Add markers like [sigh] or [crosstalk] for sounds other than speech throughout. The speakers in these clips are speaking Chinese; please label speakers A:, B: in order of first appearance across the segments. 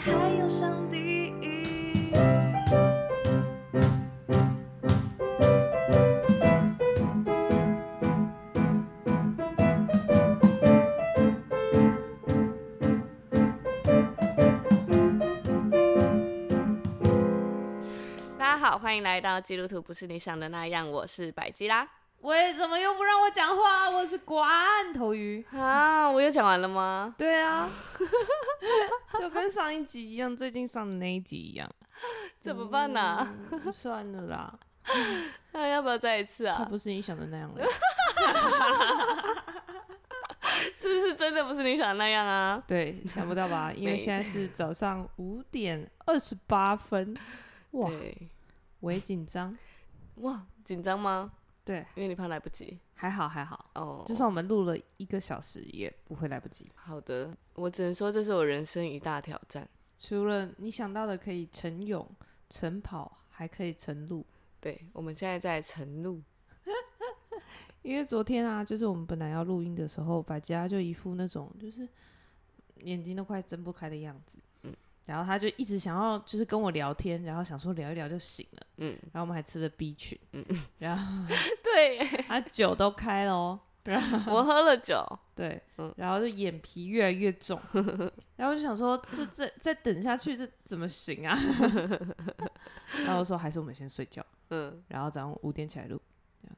A: 还有上帝。
B: 大家好，欢迎来到基督徒不是你想的那样，我是百吉拉。
A: 喂，怎么又不让我讲话？我是罐头鱼。 [laughs]
B: 啊，我有讲完了吗？
A: 嗯对啊， [laughs] 就跟上一集一样，最近上的那一集一样。
B: 怎么办呢、啊？
A: 嗯算了 [laughs] 啦，
B: 那、要不要再一次
A: 它
B: 啊？
A: 不是你想的那样 [laughs] 了。
B: 是不是真的不是你想的那样啊？
A: 对，想不到 [laughs] 吧？因为
B: 没
A: 现在是早上五点二十八分， [laughs] 哇，
B: 对，
A: 我也紧张。
B: 哇，紧张吗？
A: 对，
B: 因为你怕来不及
A: 还好还好，
B: 哦。
A: 就算我们录了一个小时，也不会来不及。
B: 好的，我只能说这是我人生一大挑战。
A: 除了你想到的可以晨泳、晨跑，还可以晨路。
B: 对，我们现在在晨路，
A: 因为昨天啊，就是我们本来要录音的时候，百家就一副那种就是眼睛都快睁不开的样子。
B: 嗯
A: 然后他就一直想要就是跟我聊天，然后想说聊一聊就醒了。 [laughs]
B: 嗯，
A: 然后我们还吃了 B 群，然后
B: 对
A: 他酒都开了哦，然
B: [laughs]
A: 后
B: 我喝了酒，
A: 对，
B: 嗯
A: 然后就眼皮越来越
B: [laughs]
A: 肿，然后我就想说这这再等下去这怎么行啊？ [laughs] 然后我说还是我们先睡觉，
B: 嗯，
A: 然后早上五点起来录，这样，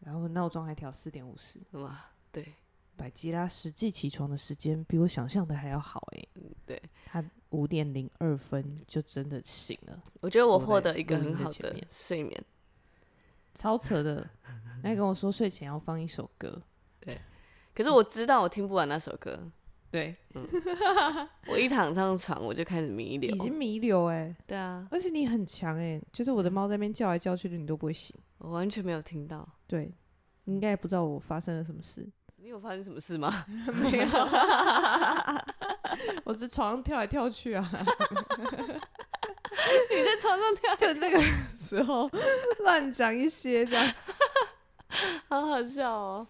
A: 然后闹钟还调四点五十。
B: 哇，对
A: 百吉拉实际起床的时间比我想象的还要好诶、
B: 对，
A: 他五点零二分就真的醒了，
B: 我觉得我
A: 坐在
B: 获得一个
A: 录音
B: 很
A: 的
B: 好
A: 前
B: 的
A: 面
B: 睡眠。
A: 超扯 [laughs] 的。他还跟我说睡前要放一首歌，
B: 可是我知道我听不完那首歌，
A: 对，
B: 我一躺上床我就开始迷
A: 已
B: 流。
A: 经弥留诶、
B: 对啊，
A: 而且你很强诶、就是我的猫在那边叫来叫去的，你都不会醒。
B: 我完全没有听到。
A: 对，你应该也不知道我发生了什么事，
B: 你有发生什么事吗？ [laughs]
A: 没有， [laughs] 我在床上跳来跳去啊， [laughs]
B: 你在床上跳，
A: 就这个时候 [laughs] 乱讲一些这样。
B: 好好笑哦！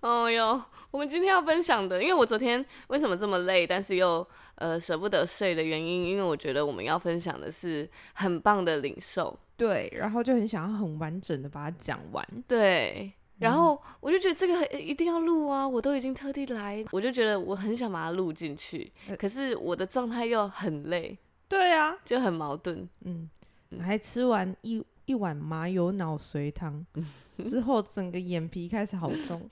B: 哦哟，我们今天要分享的，因为我昨天为什么这么累，但是又呃舍不得睡的原因，因为我觉得我们要分享的是很棒的领受，
A: 对，然后就很想要很完整的把它讲完。
B: 对。然
A: 嗯
B: 后我就觉得这个很一定要录啊！我都已经特地来，我就觉得我很想把它录进去，
A: 呃
B: 可是我的状态又很累，
A: 对啊，
B: 就很矛盾。
A: 嗯，
B: 嗯
A: 还吃完一一碗麻油脑髓 [laughs] 汤，之后整个眼皮开始好肿，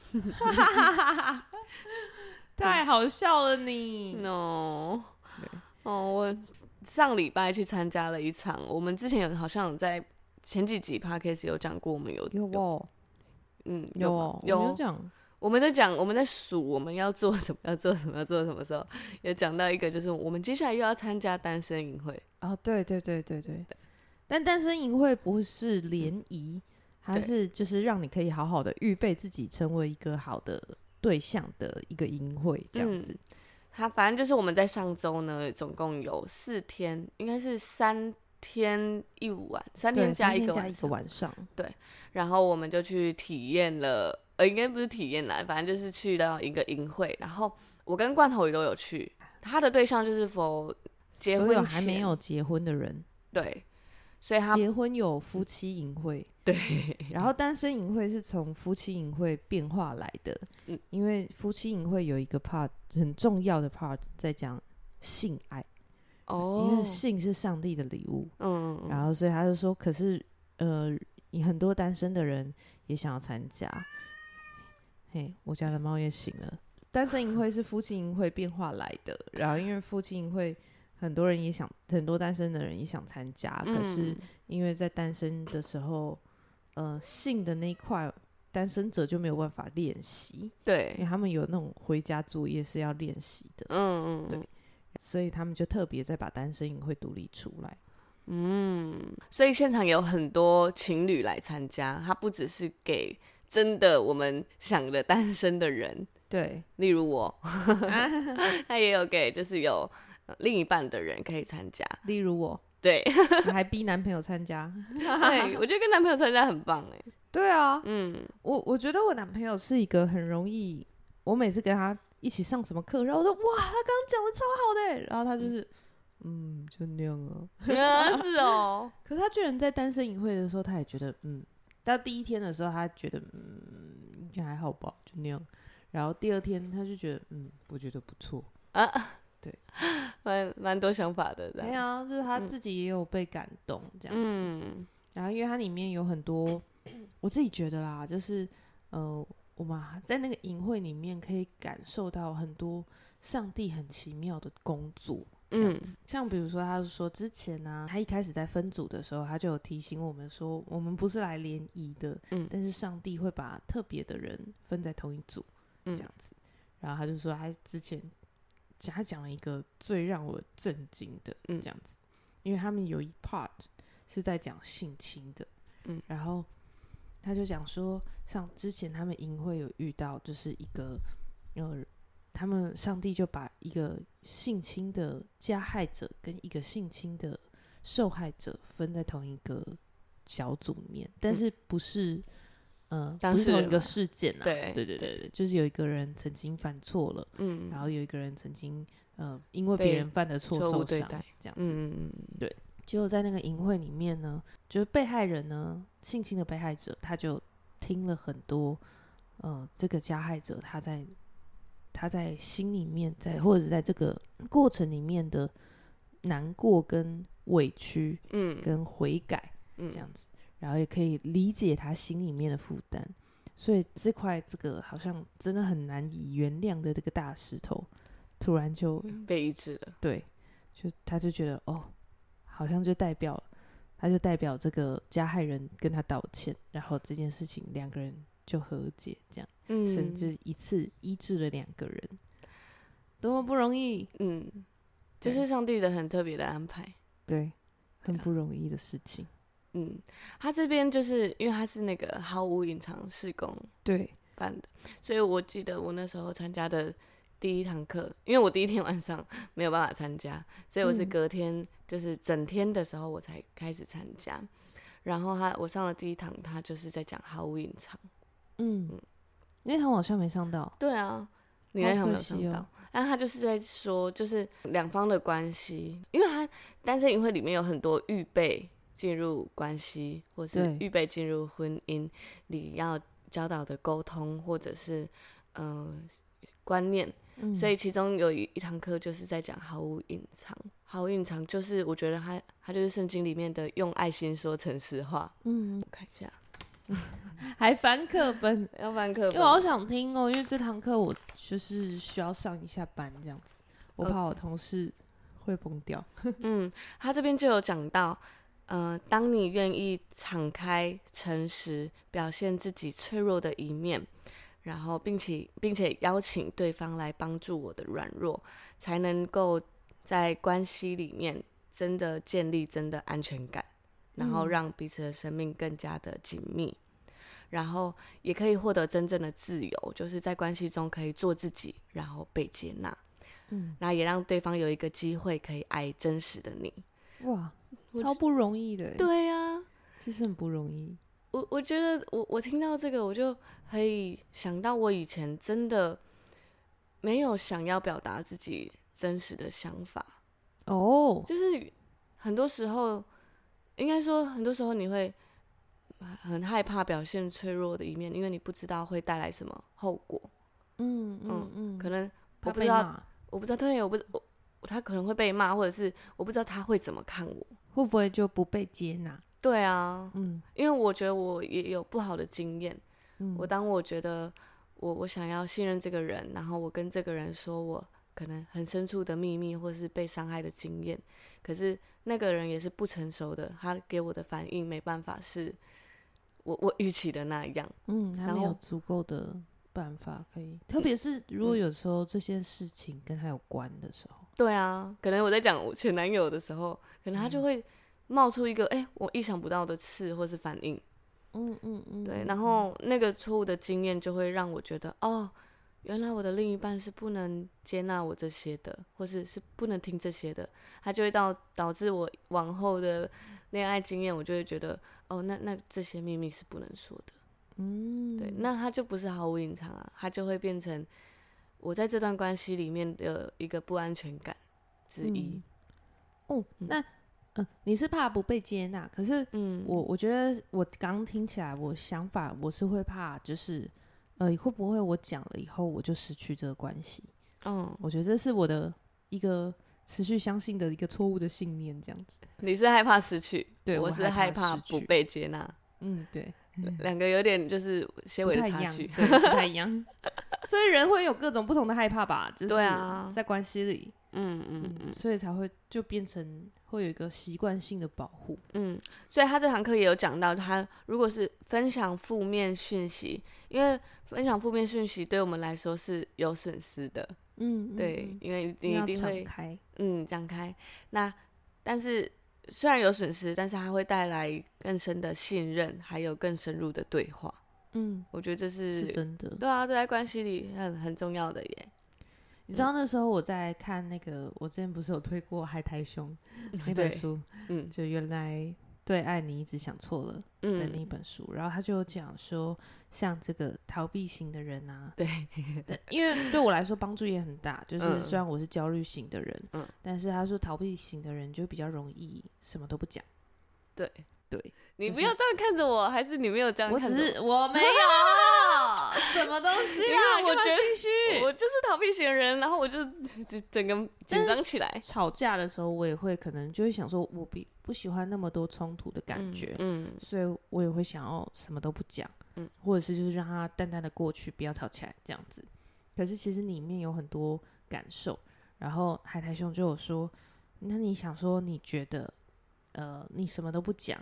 A: [laughs] 太好笑了你！
B: No，
A: 对
B: 哦，我上礼拜去参加了一场，我们之前有好像有在前几集 podcast 有讲过，我们有
A: 有哦，
B: 嗯
A: 有
B: 吗
A: 哦，我没有
B: 有
A: 讲，
B: 我们在讲我们在数我们要做什么要做什么要做什么的时候，有讲到一个就是我们接下来又要参加单身营会，
A: 哦，对对对对对，嗯但单身营会不是联谊，它
B: 对
A: 是就是让你可以好好的预备自己成为一个好的对象的一个营会这样
B: 嗯
A: 子。
B: 它反正就是我们在上周呢，总共有四天，应该是三天一晚，三
A: 对，
B: 天加
A: 三
B: 一
A: 天
B: 个
A: 加
B: 晚
A: 一个
B: 上，
A: 晚上，
B: 然后我们就去体验了，呃，应该不是体验啦，反正就是去到一个营会，然后我跟罐头鱼都有去，他的对象就是否结
A: 所有
B: 婚
A: 还没
B: 前
A: 有结婚的人，
B: 对，所以他
A: 结婚有夫妻营会，
B: 对，
A: 然后单身营会是从夫妻营会变化来的，
B: 嗯
A: 因为夫妻营会有一个 part 很重要的 part 在讲性爱，因
B: 哦
A: 为，性是上帝的礼物，
B: 嗯，嗯
A: 然后所以他就说，可是呃，很多单身的人也想要参加，嘿，我家的猫也醒了。单身营会是夫妻营会变化来的，然后因为夫妻营会很多人也想，很多单身的人也想参加，可是。
B: 嗯
A: 因为在单身的时候，呃，性的那一块，单身者就没有办法练习，因为
B: 对，
A: 他们有那种回家作业是要练习的，
B: 嗯嗯，
A: 对
B: 对，
A: 所以他们就特别再把单身营会独立出来。
B: 嗯，所以现场有很多情侣来参加，它不只是给真的我们想的单身的人，
A: 对，
B: 例如
A: [laughs]
B: 我，它也有给就是有呃另一半的人可以参加。
A: 例如 [laughs] 我
B: 对， [laughs]
A: 我还逼男朋友参加，
B: 对我觉得跟男朋友参加很棒哎，
A: 对啊，
B: 嗯，
A: 我我觉得我男朋友是一个很容易，我每次跟他一起上什么课，然后我说哇，他刚刚讲的超好的欸，然后他就是。嗯，就那样啊。
B: [laughs] 啊，是
A: [laughs]
B: 哦，
A: 可是他居然在单身营会的时候，他也觉得嗯，到第一天的时候，他觉得嗯，应该还好吧，就那样。然后第二天他就觉得嗯，我觉得不错。
B: 啊，
A: 对，
B: 蛮蛮多想法的，这
A: 没
B: 样，
A: 有、啊，就是他自己也有被感动这样子。
B: 嗯
A: 然后因为它里面有很多， [clears throat] 我自己觉得啦，就是呃，我们在那个营会里面可以感受到很多上帝很奇妙的工作。这样
B: 嗯
A: 像比如说，他是说之前呢、他一开始在分组的时候，他就有提醒我们说，我们不是来联谊的，
B: 嗯
A: 但是上帝会把特别的人分在同一组，
B: 嗯
A: 这样子。然后他就说，他之前他讲了一个最让我震惊的，
B: 嗯
A: 这样子，因为他们有一 part 是在讲性侵的，
B: 嗯，
A: 然后他就讲说，像之前他们营会有遇到，就是一个呃他们上帝就把一个性侵的加害者跟一个性侵的受害者分在同一个小组里面，但是不是，嗯、呃，
B: 当
A: 不是
B: 事人
A: 同一个
B: 嘛
A: 事件啊，
B: 对
A: 对对对对，就是有一个人曾经犯错了，
B: 嗯，
A: 然后有一个人曾经呃因为
B: 被
A: 别人犯的错
B: 错误
A: 受
B: 对
A: 伤
B: 待，
A: 这样子，
B: 嗯嗯
A: 结果在那个营会里面呢，就是被害人呢，性侵的被害者，他就听了很多，呃，这个加害者他在他在心里面，在或者在这个过程里面的难过、跟委屈、
B: 嗯嗯
A: 跟悔改
B: 嗯，
A: 这样子，然后也可以理解他心里面的负担。所以这块这个好像真的很难以原谅的这个大石头，突然就
B: 被医治了，
A: 对，就他就觉得哦，好像就代表，他就代表这个加害人跟他道歉，然后这件事情两个人就和解，这样，
B: 嗯，
A: 甚至一次医治了两个人，多么不容易，
B: 嗯，这
A: 对
B: 是上帝的很特别的安排。
A: 对，很
B: 对啊
A: 不容易的事情，
B: 嗯，他这边就是因为他是那个毫无隐藏施工
A: 对，
B: 办的，所以我记得我那时候参加的第一堂课，因为我第一天晚上没有办法参加，所以我是
A: 嗯
B: 隔天、就是整天的时候我才开始参加。然后他我上了第一堂，他就是在讲毫无隐藏。
A: 嗯，那堂我好像没上到，
B: 对啊，你
A: 好
B: 那堂
A: 可
B: 没有上
A: 惜哦
B: 到，但他就是在说，就是两方的关系，因为他单身营会里面有很多预备进入关系，或是
A: 对
B: 预备进入婚姻，你要教导的沟通，或者是嗯、呃观念，
A: 嗯，
B: 所以其中有一一堂课就是在讲毫无隐藏，毫无隐藏就是我觉得他他就是圣经里面的用爱心说诚实话，
A: 嗯，
B: 我看一下，
A: 还翻课 [laughs] 本。
B: 要翻课
A: 因为
B: 本
A: 我好想听哦，因为这堂课我就是需要上一下班这样子，我怕我同事会崩掉。
B: 嗯，他这边就有讲到，呃，当你愿意敞开、诚实，表现自己脆弱的一面，然后并且并且邀请对方来帮助我的软弱，才能够在关系里面真的建立真的安全感，然后
A: 嗯
B: 让彼此的生命更加的紧密。然后也可以获得真正的自由，就是在关系中可以做自己，然后被接纳。
A: 嗯，
B: 那也让对方有一个机会可以爱真实的你。
A: 哇，
B: 我
A: 超不容易的欸，
B: 对呀、
A: 其实很不容易。
B: 我我觉得我我听到这个，我就可以想到我以前真的没有想要表达自己真实的想法，
A: 哦，
B: 就是很多时候，应该说很多时候你会很害怕表现脆弱的一面，因为你不知道会带来什么后果。
A: 嗯
B: 嗯
A: 嗯嗯，
B: 可能
A: 怕
B: 我不
A: 被
B: 知道，
A: 骂
B: 我不知道，对，我不知我他可能会被骂，或者是我不知道他会怎么看我。
A: 会不会就不被接纳？
B: 对啊，
A: 嗯
B: 因为我觉得我也有不好的经验。
A: 嗯，
B: 我当我觉得我我想要信任这个人，然后我跟这个人说我可能很深处的秘密或是被伤害的经验，可是那个人也是不成熟的，他给我的反应没办法是我我预期的那样。
A: 嗯，他
B: 然
A: 没有
B: 后
A: 足够的办法可以，嗯特别是如果有时候这些事情跟他有关的时候，
B: 对啊，可能我在讲我前男友的时候，可能他就会冒出一个哎、诶我意想不到的刺或是反应。
A: 嗯嗯嗯，
B: 对，
A: 嗯
B: 然后那个错误的经验就会让我觉得，哦，原来我的另一半是不能接纳我这些的，或是是不能听这些的，他就会到导致我往后的恋爱经验，我就会觉得，哦，那那这些秘密是不能说的。
A: 嗯，
B: 对，那他就不是毫无隐藏啊，他就会变成我在这段关系里面的一个不安全感之一。
A: 嗯哦，那嗯、呃你是怕不被接纳，可是
B: 嗯，
A: 我我觉得我刚听起来，我想法我是会怕，就是呃，会不会我讲了以后我就失去这个关系？
B: 嗯，
A: 我觉得这是我的一个持续相信的一个错误的信念，这样子。
B: 你是害怕失去，
A: 对
B: 我
A: 我
B: 是
A: 害
B: 害怕
A: 怕失
B: 不
A: 去
B: 被接纳，
A: 嗯，对，
B: 两个有点就是些
A: 不
B: 微的
A: 太一
B: 差
A: 样，对
B: 距。
A: 不太一
B: [laughs]
A: 样。所以人会有各种不同的害怕吧，就是
B: 对啊
A: 在关系里，
B: 嗯嗯
A: 嗯
B: 嗯
A: 所以才会就变成会有一个习惯性的保护。
B: 嗯，所以他这堂课也有讲到，他如果是分享负面讯息，因为分享负面讯息对我们来说是有损失的，
A: 嗯，
B: 对，因为
A: 你
B: 你一
A: 要
B: 定
A: 敞
B: 会
A: 开，
B: 嗯讲开。那但是虽然有损失，但是它会带来更深的信任，还有更深入的对话。
A: 嗯，
B: 我觉得这是
A: 是真的。
B: 对啊，这在关系里很很重要的耶。
A: 你知道那时候我在看那个，我之前不是有推过《海苔熊》那
B: 啊对
A: 本书，
B: 嗯
A: 就原来对爱你一直想错了的那
B: 嗯，
A: 一本书，然后他就有讲说，像这个逃避型的人
B: [laughs]
A: 啊，
B: 对，
A: 但因为对我来说帮助也很
B: [laughs]
A: 大，就是
B: 嗯
A: 虽然我是焦虑型的人，
B: 嗯
A: 但是他说逃避型的人就比较容易什么都不讲，
B: 对
A: 对，
B: 你
A: 就
B: 不
A: 是
B: 要这样看着我，还是你没有这样
A: 我
B: 看着
A: 只是
B: [laughs]
A: 我没有哎什么东西啊，
B: 因为我
A: 干嘛
B: 觉得
A: 心
B: [laughs]
A: 虚，
B: 我就是逃避型的人，然后我就 [laughs] 就整个紧张起来，
A: 吵架的时候，我也会可能就会想说，我比不喜欢那么多冲突的感觉，
B: 嗯，
A: 所以我也会想要什么都不讲，
B: 嗯
A: 或者是就是让它淡淡的过去，不要吵起来这样子。可是其实里面有很多感受，然后海苔兄就有说，那你想说你觉得，呃，你什么都不讲，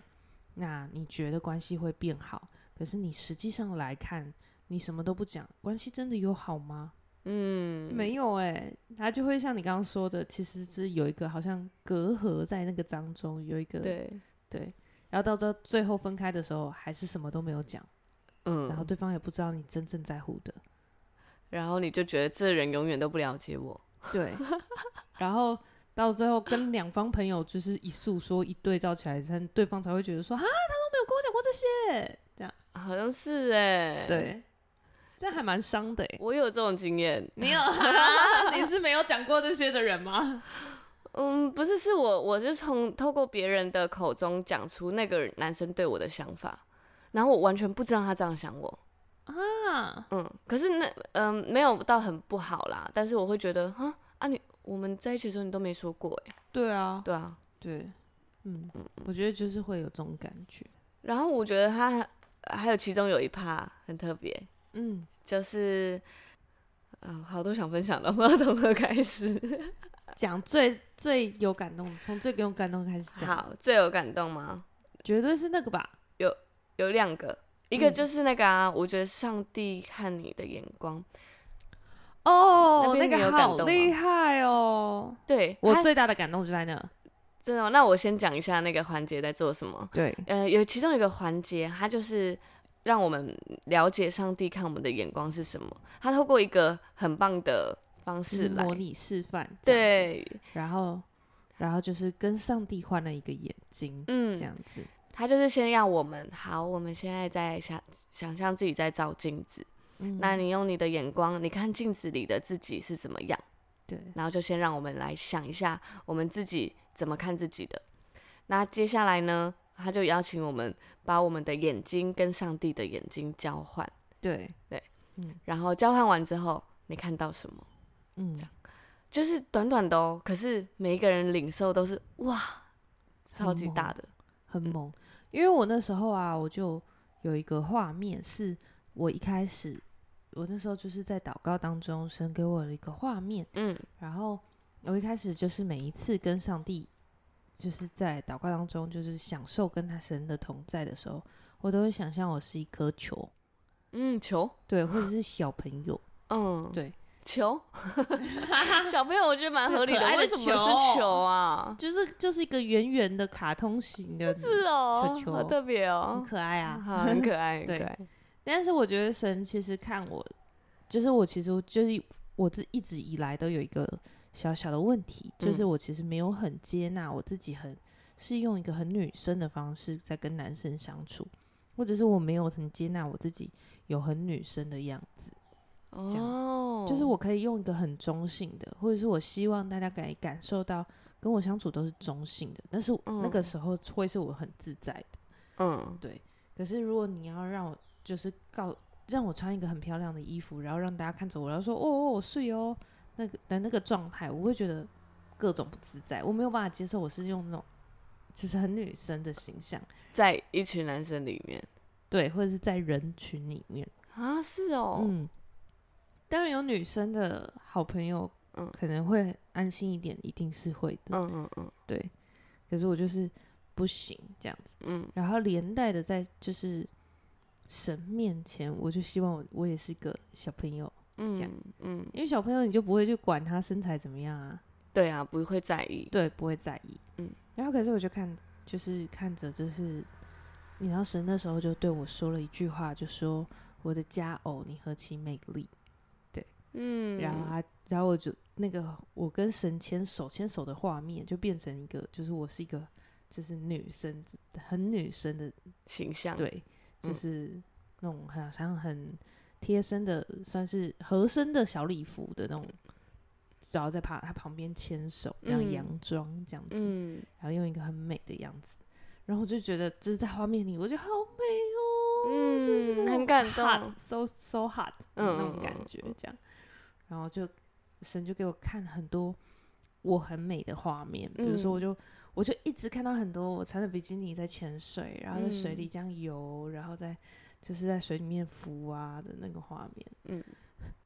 A: 那你觉得关系会变好，可是你实际上来看，你什么都不讲，关系真的有好吗？
B: 嗯，
A: 没有哎、他就会像你刚刚说的，其实是有一个好像隔阂在那个章中有一个
B: 对，
A: 对然后到最后最后分开的时候还是什么都没有讲，
B: 嗯，
A: 然后对方也不知道你真正在乎 [laughs] 的，
B: 然后你就觉得这人永远都不了解我，
A: 对，然后到最后跟两方朋友就是一诉说一对照起来，才对方才会觉得说啊，他都没有跟我讲过这些，这样
B: 好像是哎，，
A: 对，这样还蛮伤的、欸。
B: 我有这种经验，
A: 你 [laughs] 有、啊？你是没有讲过这些的人吗？
B: 嗯，不是，是我，我是从透过别人的口中讲出那个男生对我的想法，然后我完全不知道他这样想我，
A: [laughs] 啊，
B: 嗯，可是那嗯没有到很不好啦，但是我会觉得哈啊你我们在一起的时候你都没说过哎，
A: 对啊，
B: 对啊，
A: 对，嗯，我觉得就是会有这种感觉。
B: 然后我觉得他还还有其中有一趴很特别，
A: 嗯，
B: 就是，嗯、好多想分享的，不知 [laughs] 道从何开始。
A: 讲最最有感动，从最有感动开始 [laughs] 讲，
B: 好，最有感动吗？
A: 绝对是那个吧？
B: 有两个，一
A: 嗯
B: 个就是那个啊，我觉得上帝看你的眼光，
A: 哦
B: 那
A: 那
B: 边你
A: 个
B: 有感
A: 好
B: 动吗
A: 厉害哦！
B: 对
A: 我
B: 他
A: 最大的感动就在那。
B: 真的吗，那我先讲一下那个环节在做什么。
A: 对，
B: 呃，有其中有一个环节，它就是让我们了解上帝看我们的眼光是什么。他透过一个很棒的方
A: 就
B: 式来，
A: 模拟示范。，
B: 对，
A: 然后然后就是跟上帝换了一个眼睛，
B: 嗯
A: 这，样子。
B: 他就是先让我们好，我们现在在想想象自己在照镜子，
A: 嗯
B: 那你用你的眼光，你看镜子里的自己是怎么样，
A: 对，
B: 然后就先让我们来想一下我们自己怎么看自己的。那接下来呢，他就邀请我们把我们的眼睛跟上帝的眼睛交换，
A: 对，
B: 然后交换完之后，你看到什么？
A: 嗯，
B: 就是短短的哦，可是每一个人领受都是哇，超级
A: 很猛
B: 大的，
A: 很猛。因为我那时候啊，我就有一个画面，是我一开始，我那时候就是在祷告当中，神给我了一个画面，
B: 嗯
A: 然后我一开始就是每一次跟上帝，就是在祷告当中，就是享受跟他神的同在的时候，我都会想象我是一颗球，
B: 嗯，球，
A: 对，或者是小朋友，
B: 嗯，
A: 对，
B: [laughs] 球，小朋友我觉得蛮合理
A: 这可
B: 的，
A: 爱的
B: 为什么是球啊？
A: 就是就是一个圆圆的卡通型的，
B: 是哦，
A: 球球
B: 好特别
A: 很
B: 哦，
A: 可爱啊。
B: 好很可爱，很可
A: 对
B: 爱，
A: 但是我觉得神其实看我，就是我其实就是我自一直以来都有一个小小的问题，就是我其实没有很接纳我自己很，是用一个很女生的方式在跟男生相处，或者是我没有很接纳我自己有很女生的样子，
B: 哦，
A: 哦就是我可以用一个很中性的，或者是我希望大家可以感受到跟我相处都是中性的，但是那个
B: 嗯
A: 时候会是我很自在的。
B: 嗯
A: 对，可是如果你要让我就是告让我穿一个很漂亮的衣服，然后让大家看着我，然后说哦哦我睡哦，那个的那个状态，我会觉得各种不自在，我没有办法接受我是用那种就是很女生的形象，
B: 在一群男生里面
A: 对，或者是在人群里面，
B: 啊，是哦，
A: 嗯，当然有女生的好朋友，
B: 嗯
A: 可能会安心一点，一定是会的，
B: 嗯嗯嗯
A: 对。可是我就是不行这样子。
B: 嗯，
A: 然后连带的在就是神面前，我就希望我我也是个小朋友，这样
B: 嗯嗯，
A: 因为小朋友你就不会去管他身材怎么样啊，
B: 对啊，不会在意，
A: 对，不会在意，
B: 嗯。
A: 然后可是我就看，就是看着，就是你知道神那时候就对我说了一句话，就说我的佳偶你何其美丽，
B: 嗯，
A: 然后他，然后我就那个我跟神牵手牵手的画面就变成一个，就是我是一个。就是女生，很女生的
B: 形象，
A: 对，就
B: 嗯
A: 是那种好像很贴身的，算是合身的小礼服的那种，只要在旁他旁边牵手，这样
B: 嗯
A: 洋装这样子，
B: 嗯
A: 然后用一个很美的样子，然后我就觉得就是在画面里，我觉得好美哦，就是
B: 嗯，
A: 那
B: 很
A: 种
B: 感
A: hot,
B: 动，
A: ，so so hot，
B: 嗯
A: 那种感觉这样，然后就神就给我看很多我很美的画面，比如说
B: 嗯
A: 我就我就一直看到很多我穿着比基尼在潜水，然后在水里这样游，然后在就是在水里面浮啊的那个画面，
B: 嗯，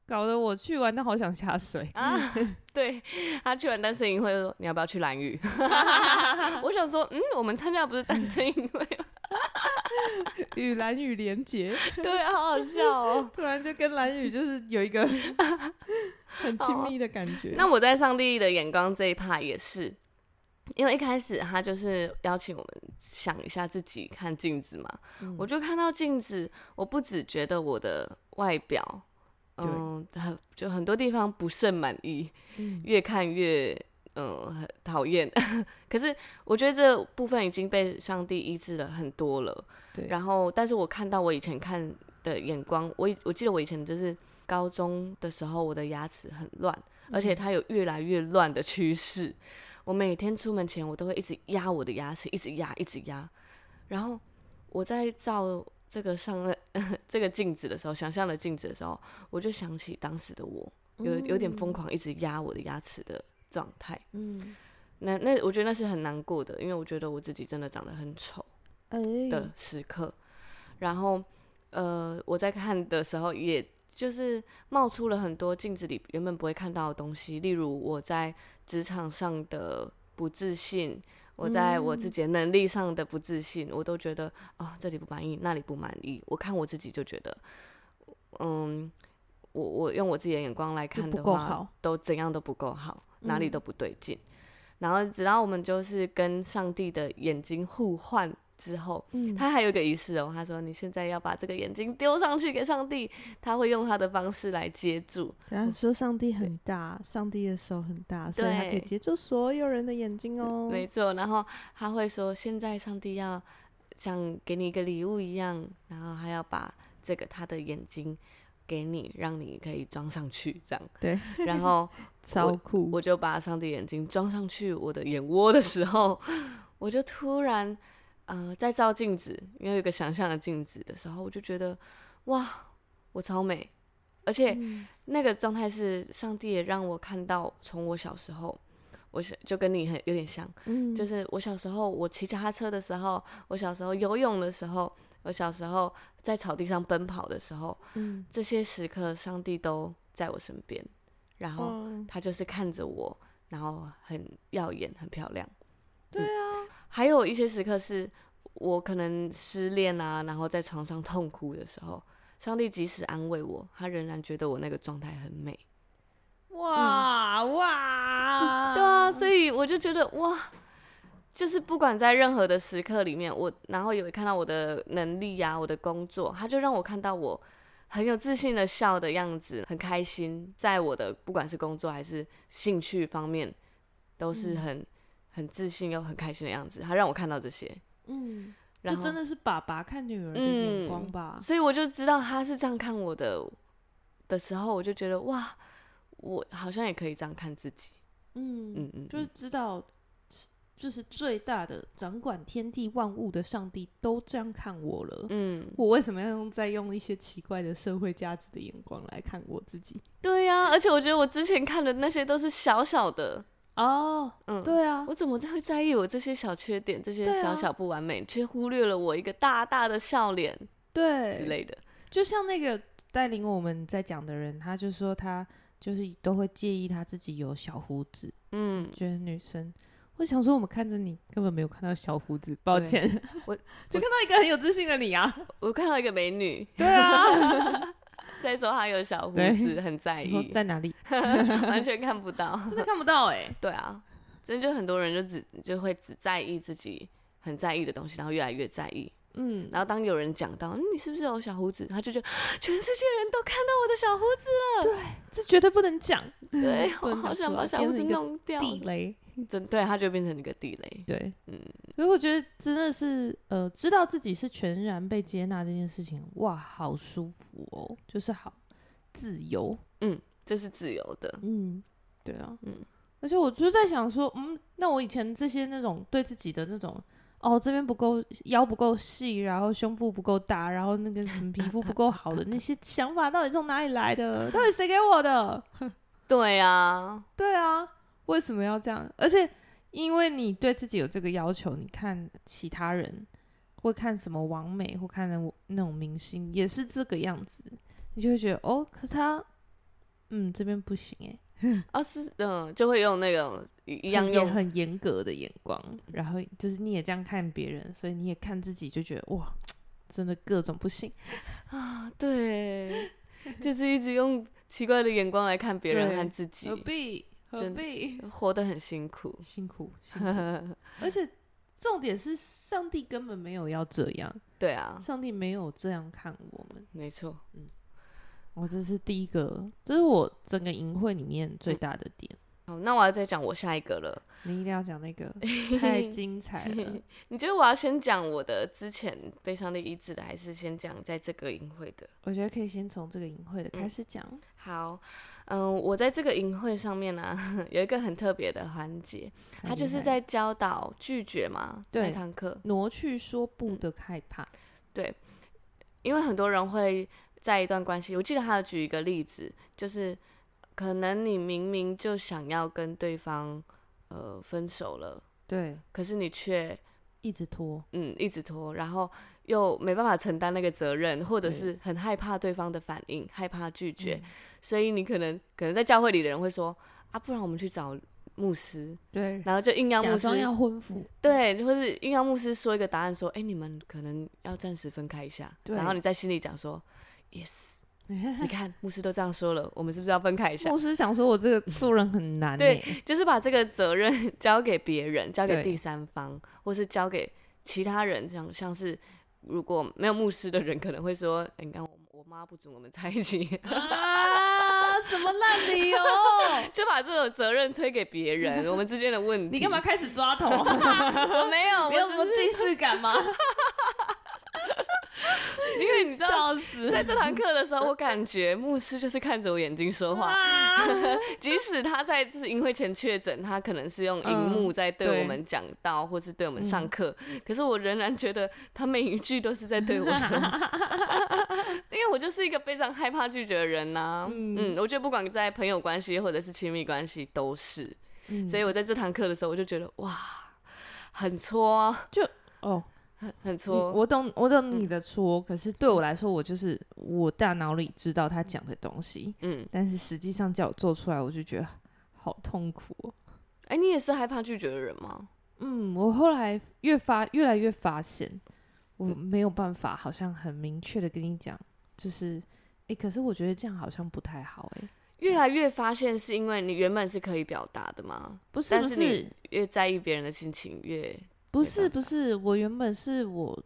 A: 搞得我去玩都好想下
B: [laughs]
A: 水，
B: 啊，对 [laughs] 他去完单身营会说你要不要去蓝 [laughs] 屿？我想说，嗯，我们参加的不是单身营会 [laughs] 吗，
A: 与蓝雨连结，
B: 对啊，好好笑哦。
A: 突然就跟蓝雨就是有
B: [laughs]
A: 一个很亲密的感觉。
B: 啊那我在上帝的眼光这一趴也是，因为一开始他就是邀请我们想一下自己看镜子嘛，
A: 嗯
B: 我就看到镜子，我不只觉得我的外表，
A: 对
B: 嗯，很就很多地方不甚满意，越看越嗯很讨厌。 [laughs] 可是我觉得这部分已经被上帝医治了很多了。
A: 对，
B: 然后，但是我看到我以前看的眼光，我以我记得我以前就是高中的时候，我的牙齿很乱，
A: 嗯
B: 而且它有越来越乱的趋势。我每天出门前，我都会一直压我的牙齿，一直压，一直压。然后我在照这个上了 [laughs] 这个镜子的时候，想象的镜子的时候，我就想起当时的我，有有点疯狂，一直压我的牙齿的状态。
A: 嗯，
B: 那那我觉得那是很难过的，因为我觉得我自己真的长得很丑。
A: 哎，
B: 的时刻。然后，呃，我在看的时候，也就是冒出了很多镜子里原本不会看到的东西，例如我在职场上的不自信，我在我
A: 嗯
B: 自己的能力上的不自信，我都觉得啊、这里不满意，那里不满意。我看我自己就觉得，嗯，我我用我自己的眼光来
A: 就
B: 看
A: 不
B: 的
A: 够
B: 话，
A: 好
B: 都怎样都不够好，哪里
A: 嗯
B: 都不对劲。然后直到我们就是跟上帝的眼睛互换之后，
A: 嗯
B: 他还有一个仪式哦，他说你现在要把这个眼睛丢上去给上帝，他会用他的方式来接住。
A: 然后说上帝很大，上帝的手很大，所以他可以
B: 对
A: 接住所有人的眼睛哦。
B: 没错，然后他会说，现在上帝要像给你一个礼物一样，然后他要把这个他的眼睛给你，让你可以装上去，这样。
A: 对， [laughs]
B: 然后
A: 超酷！
B: 我就把上帝眼睛装上去我的眼窝的时候， [laughs] 我就突然，呃，在照镜子，因为有一个想象的镜子的时候，我就觉得，哇，我超美，而且
A: 嗯
B: 那个状态是上帝也让我看到，从我小时候，我是就跟你很有点像，
A: 嗯
B: 就是我小时候我骑脚踏车的时候，我小时候游泳的时候，我小时候在草地上奔跑的时候，
A: 嗯，
B: 这些时刻上帝都在我身边，然后。
A: 哦，
B: 他就是看着我，然后很耀眼，很漂亮。
A: 对
B: 啊，还有一些时刻是我可能失恋啊，然后在床上痛哭的时候，上帝即使安慰我，他仍然觉得我那个状态很美。
A: 哇 [laughs] 哇，
B: 对啊，所以我就觉得哇，就是不管在任何的时刻里面，我然后有看到我的能力呀、我的工作，他就让我看到我很有自信的笑的样子，很开心，在我的不管是工作还是兴趣方面，都是
A: 嗯
B: 很、很自信又很开心的样子。他让我看到这些，
A: 嗯，
B: 然
A: 就
B: 后
A: 真的是爸爸看女儿的眼光吧。
B: 所以我就知道他是这样看我的的时候，我就觉得哇，我好像也可以这样看自己。
A: 嗯，
B: 嗯嗯，
A: 就是知道就是最大的掌管天地万物的上帝都这样看我了，
B: 嗯，
A: 我为什么要用再用一些奇怪的社会价值的眼光来看我自己？
B: 对呀、而且我觉得我之前看的那些都是小小的，
A: 哦，
B: 嗯，
A: 对啊，
B: 我怎么会在意我这些小缺点、这些
A: 对啊
B: 小小不完美，却忽略了我一个大大的笑脸之
A: 对，
B: 类的？
A: 就像那个带领我们在讲的人，他就说他就是都会介意他自己有小胡子，
B: 嗯，
A: 觉得女生。我想说，我们看着你根本没有看到小胡子，抱
B: 对
A: 歉， [laughs]
B: 我
A: 就看到一个很有自信的你啊。
B: 我看到一个美女，
A: [laughs] 对啊，
B: 再说她有小胡
A: 对
B: 子，很在
A: 你说
B: 意，
A: 在哪里？
B: [laughs] 完全看不到。
A: 真的看不到哎、
B: 对啊，真的就很多人就只就会只在意自己很在意的东西，然后越来越在意。
A: [laughs] 嗯，
B: 然后当有人讲到、嗯、你是不是有小胡子，他就觉得全世界人都看到我的小胡子，
A: [laughs] 这绝对不能讲，
B: 对
A: 不
B: 我
A: 能讲
B: 好想
A: 出
B: 把
A: 来
B: 小
A: 变
B: 胡
A: 成
B: 子
A: 一个
B: 弄掉，
A: 地 [laughs] 雷。
B: 真对，他就变成一个地雷。
A: 对，
B: 嗯
A: 嗯，所以我觉得真的是，呃，知道自己是全然被接纳这件事情，哇，好舒服哦，就是好自由，
B: 嗯，这是自由的，
A: 嗯，对啊，
B: 嗯
A: 嗯，而且我就在想说，嗯，那我以前这些那种对自己的那种。哦，这边不够腰不够细，然后胸部不够大，然后那个什么皮肤不够好的那些 [laughs] 想法，到底从哪里来的？到底谁给我的？
B: 对啊，
A: 对啊，为什么要这样？而且因为你对自己有这个要求，你看其他人会看什么王美，或看那那种明星也是这个样子，你就会觉得哦，可是他，嗯，这边不行哎，
B: 哦是，嗯，就会用那种一一样
A: 很严
B: 用，嗯
A: 很严格的眼光，然后就是你也这样看别人，所以你也看自己，就觉得哇，真的各种不行。
B: 对，就是一直用奇怪的眼光来看别人
A: 对
B: 和自己
A: 何，必何
B: 真
A: 必
B: 活得很 [laughs] 辛苦。
A: 辛 [laughs] 苦辛苦，而且重点是上帝根本没有要这样。
B: 对啊，
A: 上帝没有这样看我们。
B: 没错。
A: 我这是第一个，这是我整个淫会里面最大的点。
B: 好，那我要再讲我下一个了。
A: 你一定要讲
B: [laughs]
A: 那个，太精彩了。
B: 你觉得我要先讲我的之前被上帝医治的，还是先讲在这个营会的？
A: 我觉得可以先从这个淫会
B: 嗯
A: 的开始讲。
B: 好，嗯、我在这个营会上面呢、 [laughs] 有一个很特别的环节，
A: 太
B: 它就
A: 厉
B: 是
A: 害
B: 在教导拒绝嘛，那
A: 对
B: 堂课，
A: 挪去说不
B: 嗯
A: 的害怕。
B: 因为很多人会在一段关系，我记得他有举一个例子，就是可能你明明就想要跟对方呃分手了，
A: 对，
B: 可是你却
A: 一直拖。
B: 嗯，一直拖，然后又没办法承担那个责任，或者
A: 对嗯
B: 是很害怕对方的反应，害怕拒绝，所以你可能可能在教会里的人会说啊，不然我们去找牧师，
A: 对，
B: 然后就硬要
A: 假
B: 牧
A: 装
B: 师
A: 要婚服。
B: 对，或是硬要牧师说一个答案说，哎，你们可能要暂时分开一下，
A: 对
B: 然后你在心里讲说，yes，你
A: [laughs]
B: 看牧师都这样说了，我们是不是要分开一下？
A: 牧师想说，我这个做人很难、
B: 对
A: 欸。
B: 就是把这个责任 [laughs] 交给别人，交给
A: 对
B: 第三方，或是交给其他人，像像是如果没有牧师的人，可能会说：“哎你看我我妈不准我们在一起。 [laughs]
A: 啊，什么烂理 [laughs] 由？”
B: 就把这种责任推给别人，我们之间的问题。
A: 你干嘛？开始抓头？ [laughs]
B: 我 [laughs] 没有，我
A: 你有
B: 只
A: 什么
B: 是
A: 既视感 [laughs] 吗？
B: 因为你知道，
A: 笑
B: [laughs]
A: 死！
B: 在这堂课的时候，我感觉牧师就是看着我眼睛说话，
A: 啊
B: [laughs] 即使他在就是淫秽前确诊，他可能是用荧幕在对
A: 对
B: 我们讲道，或是对我们上课，可是我仍然觉得他每一句都是在对我说，
A: [laughs]
B: 因为我就是一个非常害怕拒绝的人呐、嗯
A: 嗯
B: 我觉得不管在朋友关系或者是亲密关系都是，
A: 嗯
B: 所以我在这堂课的时候，我就觉得哇，很挫啊，
A: 哦，
B: 很
A: 嗯
B: 挫，
A: 我懂，我懂你的戳，可是对我来说，我就是我大脑里知道他讲的东西，
B: 嗯，
A: 但是实际上叫我做出来，我就觉得好痛苦、哦。
B: 哎、你也是害怕拒绝的人吗？
A: 嗯，我后来越发越来越发现，我没有办法，好像很明确的跟你讲，就是，诶，可是我觉得这样好像不太好、欸诶，
B: 越来越发现是因为你原本是可以表达的吗？
A: 不是
B: 但
A: 不
B: 是你
A: 是
B: 越在意别人的心情，越
A: 不
B: 没
A: 是
B: 办
A: 不是，我原本是我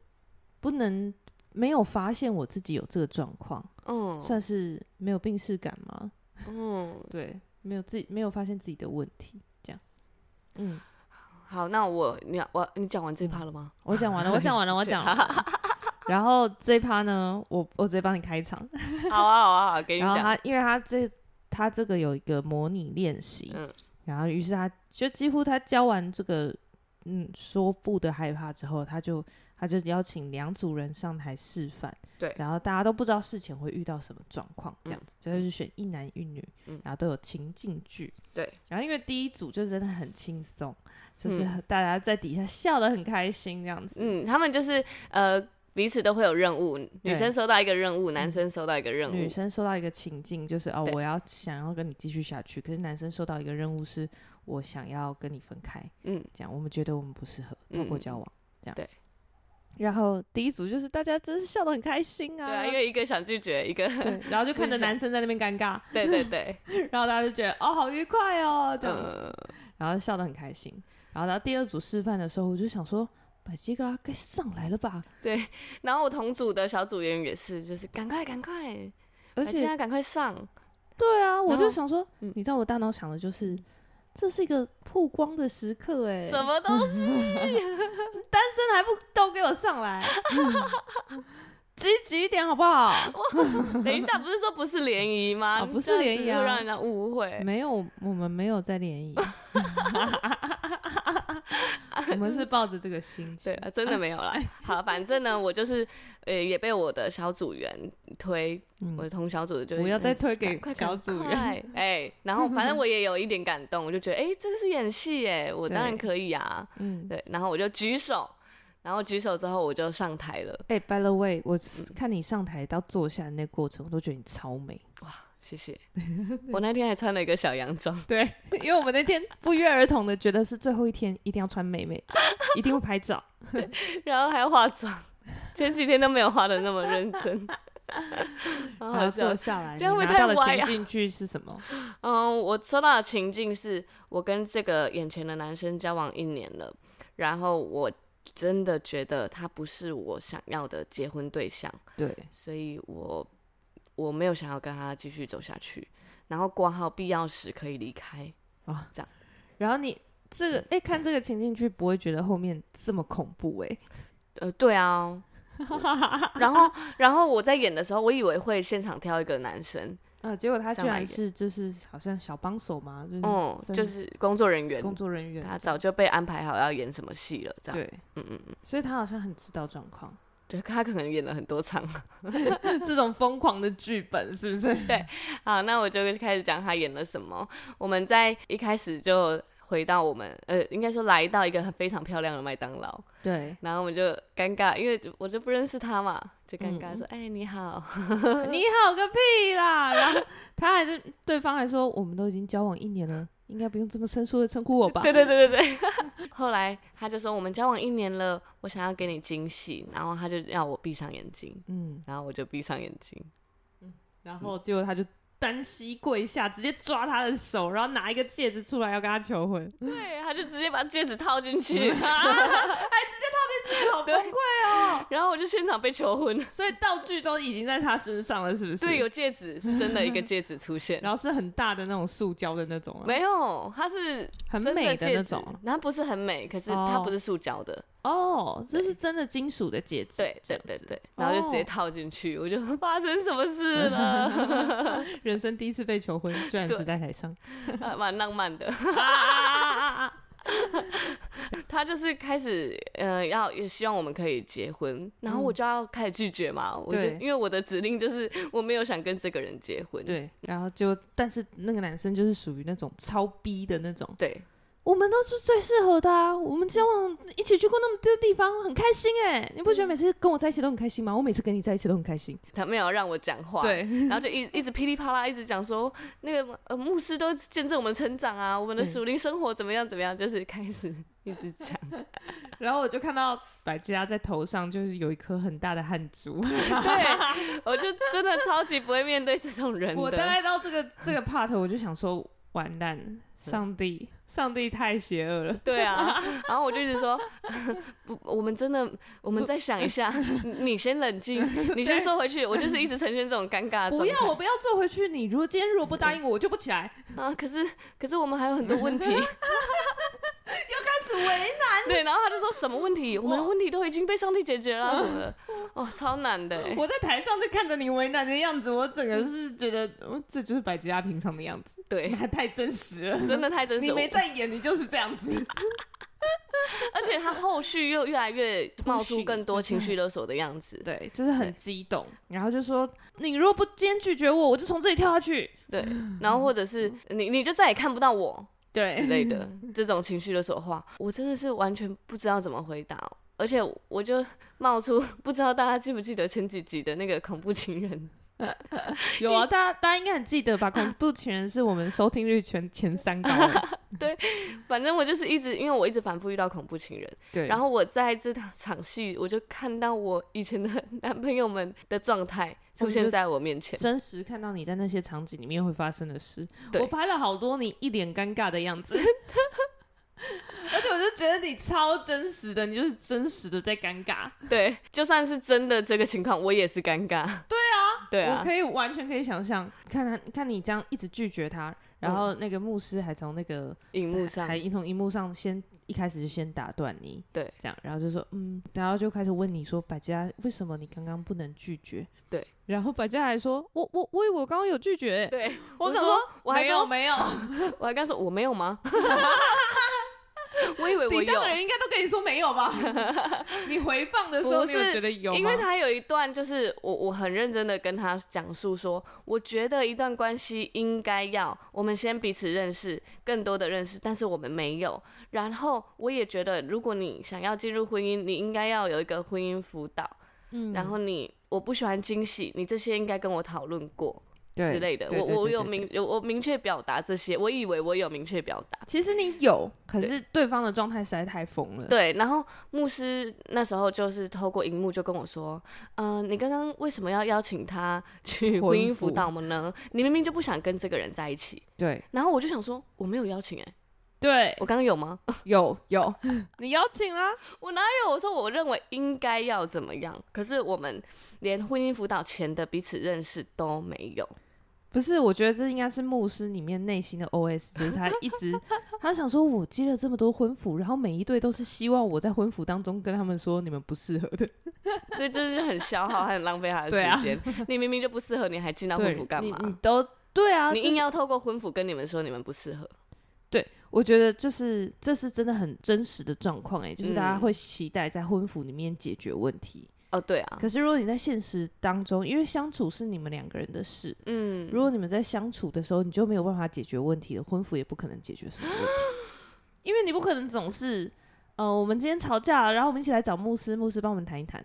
A: 不能没有发现我自己有这个状况，
B: 嗯
A: 算是没有病视感吗？
B: 嗯，
A: 对，没有自己没有发现自己的问题，这样。嗯，
B: 好，那我你我你讲完这趴了吗？
A: 我讲完了，我讲完了，我讲完了。然后这一趴呢，我我直接帮你开场。
B: [laughs] 好啊，好啊，好啊，给你
A: 然后
B: 讲。
A: 他，因为他这他这个有一个模拟练习，
B: 嗯
A: 然后于是他就几乎他教完这个嗯说不的害怕之后，他就他就邀请两组人上台示范，
B: 对
A: 然后大家都不知道事前会遇到什么状况，这样
B: 嗯
A: 子，所以就是选一男一女，
B: 嗯
A: 然后都有情境剧，
B: 对，
A: 然后因为第一组就真的很轻松，就是
B: 嗯
A: 大家在底下笑得很开心这样子，
B: 嗯，他们就是呃彼此都会有任务，女
A: 对嗯
B: 生收到一个任务，男生收到一个任
A: 女
B: 务，
A: 生收到一个情境就是哦，
B: 嗯对
A: 我要想要跟你继续下去，可是男生收到一个任务是我想要跟你分开，
B: 嗯，
A: 这样我们觉得我们不适合
B: 嗯
A: 透过交往，这样
B: 对。
A: 然后第一组就是大家真是笑得很开心
B: 对
A: 啊，
B: 啊，因为一个想拒绝，
A: [laughs]
B: 一个
A: 对
B: [laughs]
A: 然后就看着
B: 不是
A: 男生在那边尴尬，
B: 对对对，
A: 然后大家就觉得哦好愉快哦这样子，
B: 嗯，
A: 然后笑得很开心。然后到第二组示范的时候，我就想说，百吉格拉该上来了吧，
B: 对。然后我同组的小组员也是，就是赶快赶快，
A: 而
B: 现
A: 且
B: 在赶快上，
A: 对啊，我
B: 然
A: 就
B: 后
A: 想说，
B: 嗯
A: 你知道我大脑想的就是，这是一个曝光的时刻哎、
B: 什么东西？
A: 单身还不都给我上
B: [laughs]
A: 来，积极一点好不好？
B: [laughs] 等一下，不是说不是联谊吗？
A: 哦
B: 你
A: 不是
B: 这样
A: 联
B: 子
A: 谊啊
B: 又让人家误会。
A: 没有，我们没有在
B: [laughs]
A: 联谊，我们是抱着这个心情。
B: 对啊，真的没有
A: [laughs]
B: 啦。好，反正呢，我就是呃，也被我的小组员推，
A: 嗯
B: 我的同小组的就
A: 不要再推给
B: 赶快
A: 小组员。
B: 赶快哎、然后反正我也有一点感动，我就觉得哎、这个是演戏哎，我当然
A: 对
B: 可以啊。
A: 嗯，
B: 对，然后我就举手，然后举手之后我就上台了。
A: 哎、b y the way，我
B: 嗯
A: 看你上台到坐下的那过程，我都觉得你超美。
B: 谢
A: [laughs]
B: 谢。我那天还穿了一个小洋装， [laughs]
A: 对，因为我们那天不约而同的觉得是最后一天，一定要穿美美，一定会
B: [laughs]
A: 拍照。
B: 然后还化妆，前几天都没有化的那么认
A: [laughs]
B: 真。好
A: 然后
B: 好笑
A: 坐。下来，
B: 哦这样
A: 你
B: 会
A: 拿
B: 太
A: 到的
B: 歪
A: 情
B: 啊
A: 境剧是什
B: [laughs]
A: 么？
B: 嗯，我收到的情境是我跟这个眼前的男生交往一年了，然后我真的觉得他不是我想要的结婚对象，
A: 对，
B: 所以我我没有想要跟他继续走下去。然后挂号必要时可以离开，
A: 然后你这个哎、看这个情境剧不会觉得后面这么恐怖哎、
B: 呃，对
A: [laughs]
B: 啊。然后，然后我在演的时候，我以为会现场挑一个男生，
A: 啊，结果他居
B: 上来
A: 然
B: 一点
A: 是就是好像小帮手嘛，就是
B: 哦、
A: 嗯真
B: 就
A: 的
B: 是工作人员，
A: 工作人员这
B: 他
A: 样子，
B: 早就被安排好要演什么戏了，这样，
A: 对，嗯嗯嗯，所以他好像很知道状况， [laughs]
B: 对，他可能演了很多场，
A: 这种疯狂的剧本是
B: [laughs]
A: 不是？
B: 好，那我就开始讲他演了什么。我们在一开始就回到我们，呃，应该说来到一个很非常漂亮的麦当劳，
A: 对，
B: 然后我们就尴尬，因为我就不认识他嘛，就尴尬
A: 嗯
B: 说：“哎、你好。
A: [laughs] 你好个屁啦！然后他还是对方还说，我们都已经交往一年了，应该不用这么生疏的称呼我”吧？
B: 对对对对对。 [laughs] 后来他就说：“我们交往一年了，我想要给你惊喜。”然后他就要我闭上眼睛，
A: 嗯，
B: 然后我就闭上眼睛。
A: 然后结果他就单膝跪下，直接抓他的手，然后拿一个戒指出来要跟他求婚，
B: [laughs]
A: [laughs]
B: 对，他就直接把戒指套进 [laughs] 去，
A: 好崩溃。
B: 然后我就现场被求婚了。
A: 所以道具都已经在他身上了，是不是？
B: 对，有戒指是真的一 [laughs] 个戒指出现。
A: 然后是很大的那种塑胶的那种、啊，
B: 没有，它是
A: 很
B: 真
A: 美
B: 的
A: 那
B: 戒指
A: 种，
B: 它不是很美，可是它
A: 哦
B: 不是塑胶的，
A: 哦，这是真的金属的戒指，
B: 对对
A: 这样
B: 对
A: 子
B: 对，然后就直接
A: 哦
B: 套进去，我就发生什么事
A: [laughs]
B: 了，
A: 人生第一次被求婚，居然
B: 对
A: 是在台上，
B: 还蛮浪漫的。 [laughs]
A: 啊
B: 他就是开始，呃，要也希望我们可以结婚，然后我就要开始拒绝嘛，我就
A: 嗯对
B: 因为我的指令就是我没有想跟这个人结婚，
A: 对，然后就但是那个男生就是属于那种超逼的那种，
B: 对
A: 我们都是最适合的啊，我们交往一起去过那么多地方，很开心哎、你不觉得每次跟我在一起都很开心吗？我每次跟你在一起都很开心，
B: 他没有让我讲话，
A: 对，
B: 然后就一一直噼里啪啦一直讲说，那个呃牧师都见证我们的成长啊，我们的
A: 对
B: 属灵生活怎么样怎么样，就是开始一直讲，
A: [laughs] 然后我就看到百吉拉在头上就是有一颗很大的汗珠，
B: 对，我就真的超级不会面对这种人
A: 我大
B: 的。
A: 概到这个这个 part，我就想说，完蛋，上帝，上帝太邪恶了。
B: 对啊，然后我就一直说， [laughs] 不，我们真的，我们再想一下，你你先冷
A: [laughs]
B: 静，你先坐回去。我就是一直呈现这种尴尬的
A: 不要，
B: 状态
A: 我不要坐回去。你如果今天如果不答应我，我就不起
B: [laughs]
A: 来。
B: 啊！可是可是我们还有很多
A: [laughs]
B: 问题，
A: 开始为
B: 对。然后他就说什么问题？我们的问题都已经被上帝解决了啊什么的，哦，超难的欸。
A: 我在台上就看着你为难的样子，我整个是觉得，哦这就是百吉拉平常的样子，
B: 对
A: 你，还太真实了。
B: 真的太真实。
A: 你
B: 我
A: 没在演，你就是这样子。
B: 而且他后续又越来越冒出更多情绪勒索的样子。
A: [laughs] 对，就是
B: [laughs] 对
A: 很激动，然后就说你如果不今天拒绝我，我就从这里跳下去。 [laughs]
B: 对，然后或者是
A: 嗯
B: 你你就再也看不到我之
A: 对，
B: 类的这种情绪勒索话，我真的是完全不知道怎么回答哦、而且我就冒出不知道大家记不记得前几集的那个恐怖情人，[laughs]
A: 有啊，大家大家应该很记得吧？恐怖情人是我们收听率全前三高的，
B: [laughs] 反正我就是一直因为我一直反复遇到恐怖情人，
A: 对，
B: 然后我在这场戏我就看到我以前的 [laughs] 男朋友们的状态出
A: 他们
B: 现
A: 哦就
B: 在我面前， [laughs]
A: 真实看到你在那些场景里面会发生的事。
B: 对
A: 我拍了好多你一脸尴尬的样子，而且我就觉得你超真实的，你就是真实的在尴尬。
B: 对，就算是真的这个情况，我也是尴尬。对啊， [laughs] 对
A: 我
B: 啊，
A: 可以完全可以想象，看他看你这样一直拒绝他，然后那个牧师还从那个
B: 嗯荧幕上
A: 还从荧幕上先一开始就先打断你，
B: 对，
A: 这样，然后就说嗯，然后就开始问你说百家为什么你刚刚不能拒绝？
B: 对，
A: 然后百家还说我我我以为我刚刚有拒绝、欸，
B: 对，
A: 我
B: 我想
A: 说
B: 说，我还
A: 没有
B: 说，
A: 没有，
B: 我还刚说我没有
A: [laughs]
B: 吗？我以为我
A: 底下
B: 有
A: 的，人应该都跟你说没有吧？
B: [laughs]
A: 你回放的时候
B: 不
A: 你有
B: 是
A: 觉得有吗？
B: 因为他有一段就是我我很认真的跟他讲述说，我觉得一段关系应该要我们先彼此认识，更多的认识，但是我们没有。然后我也觉得，如果你想要进入婚姻，你应该要有一个婚姻辅导。
A: 嗯
B: 然后你，我不喜欢惊喜，你这些应该跟我讨论过
A: 对
B: 之类的。
A: 对
B: 我
A: 对
B: 我
A: 对
B: 有
A: 对
B: 明有我明确表达这些，我以为我有明确表达。
A: 其实你有，可是对方的状态实在太疯了。
B: 对，然后牧师那时候就是透过荧幕就跟我说，呃，你刚刚为什么要邀请他 [laughs] 去
A: 婚
B: 婚姻
A: 服
B: 辅导们呢？你明明就不想跟这个人在一起。
A: 对
B: 然后我就想说，我没有邀请哎、
A: 对，
B: 我刚刚有吗？ [laughs]
A: 有有， [laughs] 你邀请啊啦、
B: 我哪有？我说我认为应该要怎么样，可是我们连婚姻辅导前的彼此认识都没有。
A: 不是，我觉得这应该是牧师里面内心的 OS，就是他一
B: [laughs]
A: 直他想说，我接了这么多婚服，然后每一对都是希望我在婚服当中跟他们说你们不适合的，
B: 对，这就是很消耗，很浪费他的
A: 对啊
B: 时间。你明明就不适合，你还进到婚
A: 对
B: 服干
A: 你
B: 嘛？
A: 你都对啊，
B: 你
A: 就是
B: 硬要透过婚服跟你们说你们不适合，
A: 对，我觉得就是这是真的很真实的状况哎、就是大家
B: 嗯
A: 会期待在婚服里面解决问题，
B: 哦，对啊，
A: 可是如果你在现实当中，因为相处是你们两个人的事，
B: 嗯，
A: 如果你们在相处的时候，你就没有办法解决问题了，婚服也不可能解决什么
B: [laughs]
A: 问题，因为你不可能总是，呃，我们今天吵架了，然后我们一起来找牧师，牧师帮我们谈一谈。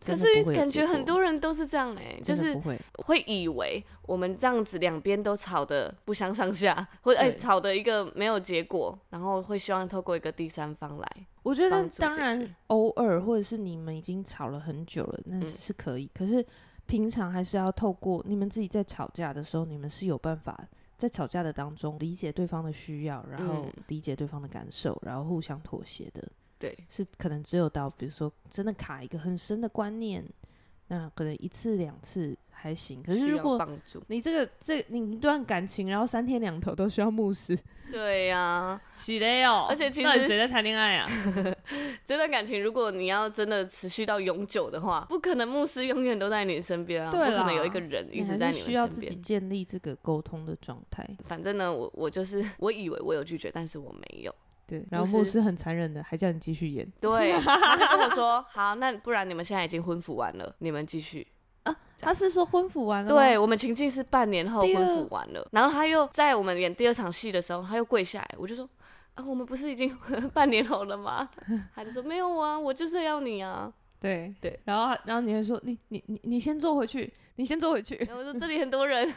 B: 可
A: 真的
B: 是
A: 不会有
B: 感
A: 结
B: 觉
A: 果
B: 很多人都是这样哎、就
A: 真的
B: 是
A: 不会，
B: 会以为我们这样子两边都吵得不相上下，或者哎、
A: 对
B: 吵的一个没有结果，然后会希望透过一个第三方来。
A: 我觉
B: 帮
A: 得
B: 助
A: 当
B: 解决
A: 然偶尔或者是你们已经吵了很久了，那
B: 嗯
A: 是可以，可是平常还是要透过你们自己在吵架的时候，你们是有办法。在吵架的当中，理解对方的需要，然后
B: 嗯
A: 理解对方的感受，然后互相妥协的。
B: 对，
A: 是可能只有到比如说真的卡一个很深的观念，那可能一次两次还行。可是
B: 需
A: 如
B: 要
A: 果
B: 帮助，
A: 你这个这你一段感情，然后三天两头都需要牧师，
B: 对呀、
A: 喜嘞哦
B: 而且其实
A: 到底谁在谈恋爱啊？
B: 这段感情如果你要真的持续到永久的话，不可能牧师永远都在你身边啊，不
A: 对
B: 可
A: 啦
B: 能有一个人一直
A: 还
B: 在
A: 是
B: 你
A: 需要
B: 们
A: 自
B: 身
A: 己
B: 边。
A: 建立这个沟通的状态。
B: 反正呢，我我就是我以为我有拒绝，但是我没有。
A: 对，然后
B: 牧
A: 牧
B: 师
A: 师很残忍的，还叫你继续演。 [laughs]
B: 对，他就跟我说：“好，那不然你们现在已经婚服完了，你们继续。这样
A: 他是说婚服完了吗，
B: 对我们情境是半年后
A: 第二
B: 婚服完了，然后他又在我们演第二场戏的时候，他又跪下来，我就说：“啊，我们不是已经 [laughs] 半年后了
A: [laughs]
B: 吗？”他就说：“没有啊，我就是要你啊。
A: 对
B: 对，
A: 然后然后你会说你你你你先坐回去，你先坐回去”， [laughs]
B: 然后我说：“这里很多人。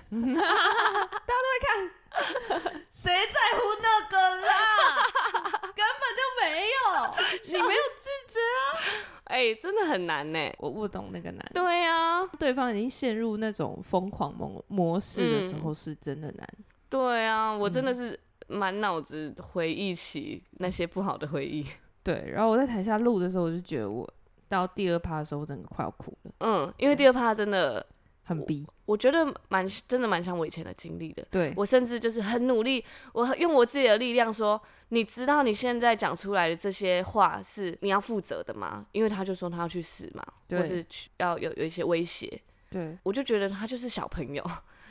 A: 谁在乎那个啦？根本就没有，你没有拒绝。”啊
B: [laughs] 哎，真的很难呢。
A: 我不懂那个难，
B: 对啊，
A: 对方已经陷入那种疯狂模模式的时
B: 嗯
A: 候，是真的难。
B: 对啊，我真的是满脑子回忆起那些不好的回忆。
A: 对，然后我在台下录的时候，我就觉得我到第二趴的时候，我整个快要哭了，
B: 嗯，因为第二趴真的，
A: 很逼。
B: 我觉得蛮真的蛮像我以前的经历的。
A: 对，
B: 我甚至就是很努力，我用我自己的力量说，你知道你现在讲出来的这些话是你要负责的吗？因为他就说他要去死嘛，
A: 对
B: 或是去要有有一些威胁，
A: 对， [laughs]
B: 我就觉得他就是小朋友，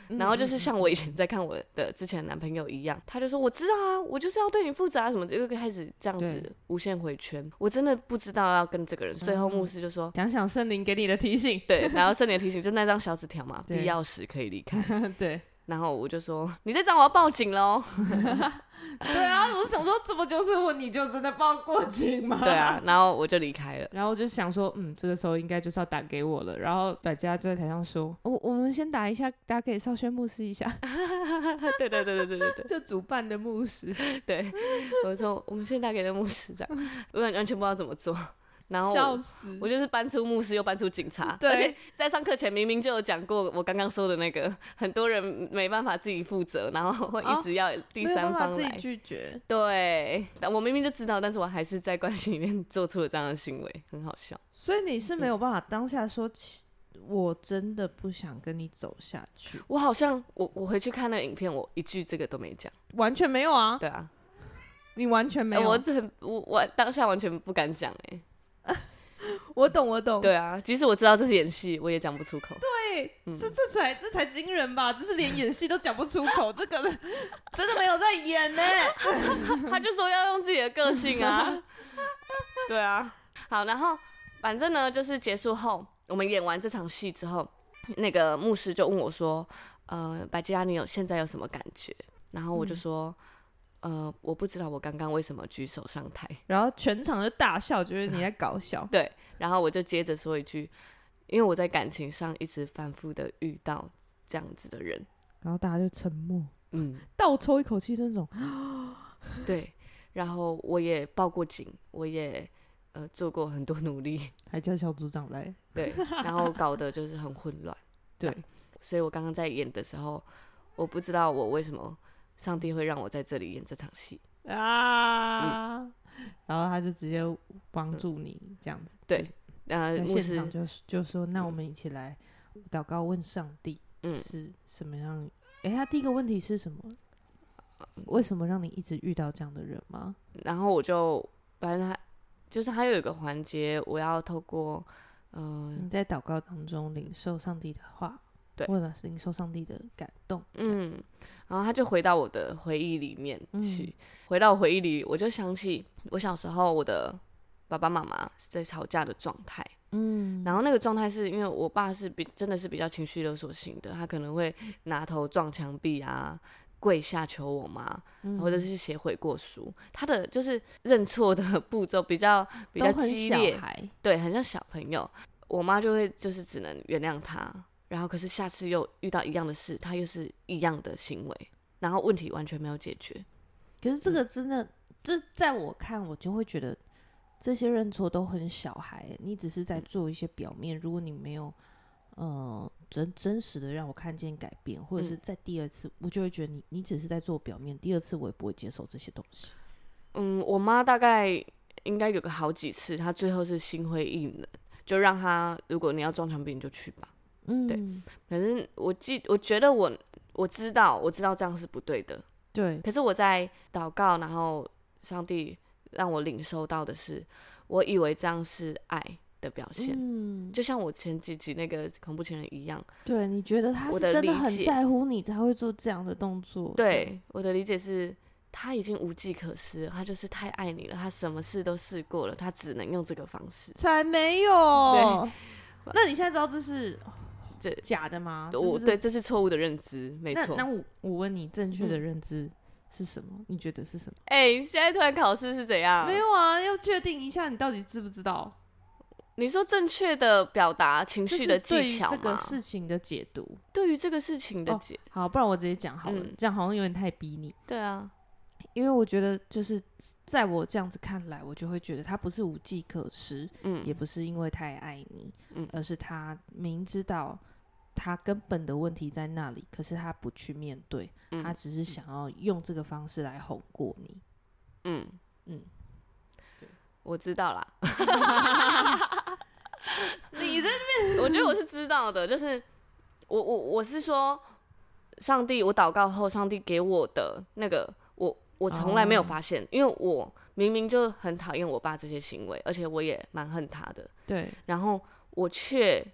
B: 然后
A: 嗯
B: 就是像我以前在看我的之前的男朋友一样，他就说我知道啊，我就是要对你负责啊什么的，又开始这样
A: 对
B: 子无限回圈。我真的不知道要跟这个人。最后牧
A: 嗯
B: 师就说。
A: 想想圣灵给你的提醒， [laughs]
B: 对，然后圣灵提醒就那张小纸条嘛，
A: 对
B: 必要时可以离开。
A: 对
B: 然后我就说你这张我要报警喽。
A: 对啊，我想说这不就是我你就真的报过警
B: [laughs]
A: 吗？
B: 对啊，，然后我就离开
A: [laughs]
B: 了。
A: 然后我就想说，嗯，这个时候应该就是要打给我了。然后百家就在台上说，我我们先打一下，打给少轩牧师一下， [laughs]
B: 对对对对对对对
A: 就主办的牧 [laughs] 师，
B: 对，我说我们现在打给那牧师这
A: [laughs]
B: 样，我完完全不知道怎么做。然后
A: 笑
B: 我
A: 死。
B: 我就是搬出牧师又搬出警察，
A: 对
B: 而且在上课前明明就有讲过我刚刚说的那个，很多人没办法自己负责，然后会
A: 哦
B: 一直要第
A: 没有
B: 三
A: 办法
B: 方
A: 自己
B: 来。
A: 拒绝，
B: 对，但我明明就知道，但是我还是在关系里面做出了这样的行为，很好笑。
A: 所以你是没有办法当下说，其我真的不想跟你走下去，
B: 我好像我我回去看那个影片，我一句这个都没讲。
A: [laughs] 完全没有啊，
B: 对啊，
A: 你完全没
B: 呃
A: 有。
B: 我这很我我当下完全不敢讲哎、
A: 我懂，我懂，
B: 对啊，即使我知道这是演戏，我也讲不出口。
A: 对，啊这这才这才惊人吧，就是连演戏都讲不出口，这个人真的没有在演呢、
B: [laughs]
A: [laughs]
B: 他就说要用自己的个性啊。对啊，好，然后反正呢，就是结束后，我们演完这场戏之后，那个牧师就问我说：“呃，白吉拉，你有现在有什么感觉？”然后我就说：“呃，我不知道我刚刚为什么举手上台。
A: 然后全场就大笑，觉得你在搞笑”。 [laughs]
B: 对，然后我就接着说一句：“因为我在感情上一直反复的遇到这样子的人。
A: 然后大家就沉默，”
B: 嗯，
A: 倒抽一口气那种。
B: 对。然后我也报过警，我也呃做过很多努
A: [laughs]
B: 力。
A: 还叫小组长来，。
B: 对，然后搞得就是很混乱
A: [laughs]
B: 这
A: 对
B: 样，所以我刚刚在演的时候，我不知道我为什么上帝会让我在这里演这场戏。
A: 啊，然后他就直接帮助你这样子，
B: 呃，
A: 在
B: 牧
A: 现
B: 师
A: 场，就就说，那我们一起来祷告问上帝
B: 嗯，
A: 是什么样？诶，他第一个问题是什么？为什么让你一直遇到这样的人吗？
B: 然后我就反正他就是还有一个环节，我要透过呃
A: 你在祷告当中领受上帝的话，
B: 对
A: 或者是领受上帝的感动，
B: 嗯，然后他就回到我的回忆里面
A: 嗯
B: 去，回到我回忆里，我就想起我小时候我的爸爸妈妈在吵架的状态。
A: 嗯，
B: 然后那个状态是因为我爸是比真的是比较情绪勒索型的，他可能会拿头撞墙壁啊，跪下求我妈，或
A: 嗯
B: 者是写悔过书。他的就是认错的 [laughs] 步骤比较比较
A: 都很
B: 激
A: 小
B: 烈，
A: 孩，
B: 对，很像小朋友。我妈就会就是只能原谅他，然后可是下次又遇到一样的事，他又是一样的行为，然后问题完全没有解决。
A: 可是
B: 嗯
A: 这个真的，这在我看，我就会觉得这些认错都很小孩，你只是
B: 嗯
A: 在做一些表面。如果你没有，呃，真真实的让我看见改变，或者是
B: 嗯
A: 在第二次，我就会觉得你你只是在做表面，第二次我也不会接受这些东西。
B: 嗯，我妈大概应该有个好几次，她最后是心灰意冷，就让她如果你要撞墙壁你就去吧。
A: 嗯，
B: 反正我记，我觉得我我知道，我知道这样是不对的。
A: 对，
B: 可是我在祷告，然后上帝让我领受到的是，我以为这样是爱的表现，
A: 嗯，
B: 就像我前几集那个恐怖情人一样。
A: 对，你觉得他是
B: 我的
A: 真的
B: 理
A: 很
B: 解
A: 在乎你，才会做这样的动作。这样，
B: 对我的理解是，他已经无计可施了，他就是太爱你了，他什么事都试过了，他只能用这个方式。
A: 才没
B: [laughs]
A: 有。那你现在知道这是
B: 这
A: 假的吗？
B: 我
A: 就是
B: 对这是错误的认知，没
A: 那
B: 错。
A: 那我我问你，正确的
B: 嗯
A: 认知是什么？你觉得是什么？
B: 哎、现在突然考试是怎样？
A: 没，有啊，要确定一下你到底知不知道
B: 你说正确的表达情
A: 就
B: 绪
A: 是
B: 的
A: 对于
B: 技巧
A: 这个
B: 吗？
A: 事情的解读。
B: 对于这个事情的
A: 哦
B: 解
A: 好，不然我直接讲好了，
B: 嗯
A: 这样好像有点太逼你。
B: 对啊，
A: 因为我觉得，就是在我这样子看来，我就会觉得他不是无计可施，
B: 嗯
A: 也不是因为太爱你，
B: 嗯
A: 而是他明知道他根本的问题在那里，可是他不去面对，
B: 嗯
A: 他只是想要用这个方式来哄过你。
B: 嗯
A: 嗯
B: 嗯，我知道啦，
A: [laughs] 你这
B: [laughs] 我觉得我是知道的，就是我我我是说，上帝，我祷告后，上帝给我的那个，我我从来没有
A: 哦
B: 发现，因为我明明就很讨厌我爸这些行为，而且我也蛮恨他的，
A: 对
B: 然后我却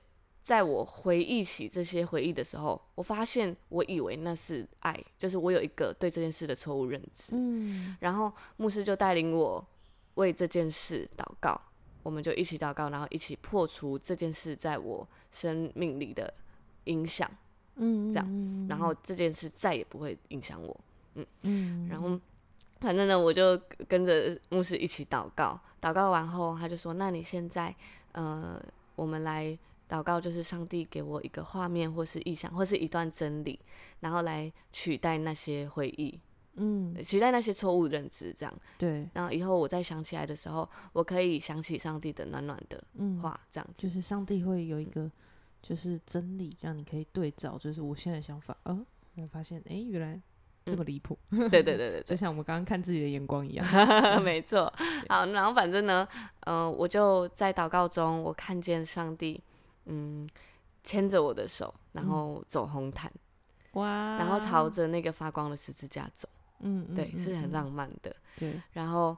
B: 在我回忆起这些回忆的时候，我发现我以为那是爱，就是我有一个对这件事的错误认知。
A: 嗯
B: 然后牧师就带领我为这件事祷告，我们就一起祷告，然后一起破除这件事在我生命里的影响，
A: 嗯
B: 这样
A: 样
B: 然后这件事再也不会影响我。
A: 嗯
B: 然后反正呢，我就跟着牧师一起祷告。祷告完后，他就说：“那你现在，呃，我们来祷告，就是上帝给我一个画面，或是意象，或是一段真理，然后来取代那些回忆，
A: 嗯
B: 取代那些错误认知，这样。
A: 对
B: 然后以后我再想起来的时候，我可以想起上帝的暖暖的
A: 嗯
B: 话，这样子。
A: 就是上帝会有一个就是真理，让你可以对照，就是我现在的想法，呃，我发现诶，原来这
B: 嗯
A: 么离谱，
B: 对对对对对
A: 就像我们刚刚看自己的眼光一
B: [laughs]
A: 样。 [laughs]
B: 没错，好，然后反正呢，嗯、我就在祷告中，我看见上帝，嗯，牵着我的手，
A: 嗯
B: 然后走红毯，
A: 哇
B: 然后朝着那个发光的十字架走，
A: 啊嗯嗯
B: 对，
A: 嗯
B: 是很
A: 嗯
B: 浪漫的。
A: 对，
B: 然后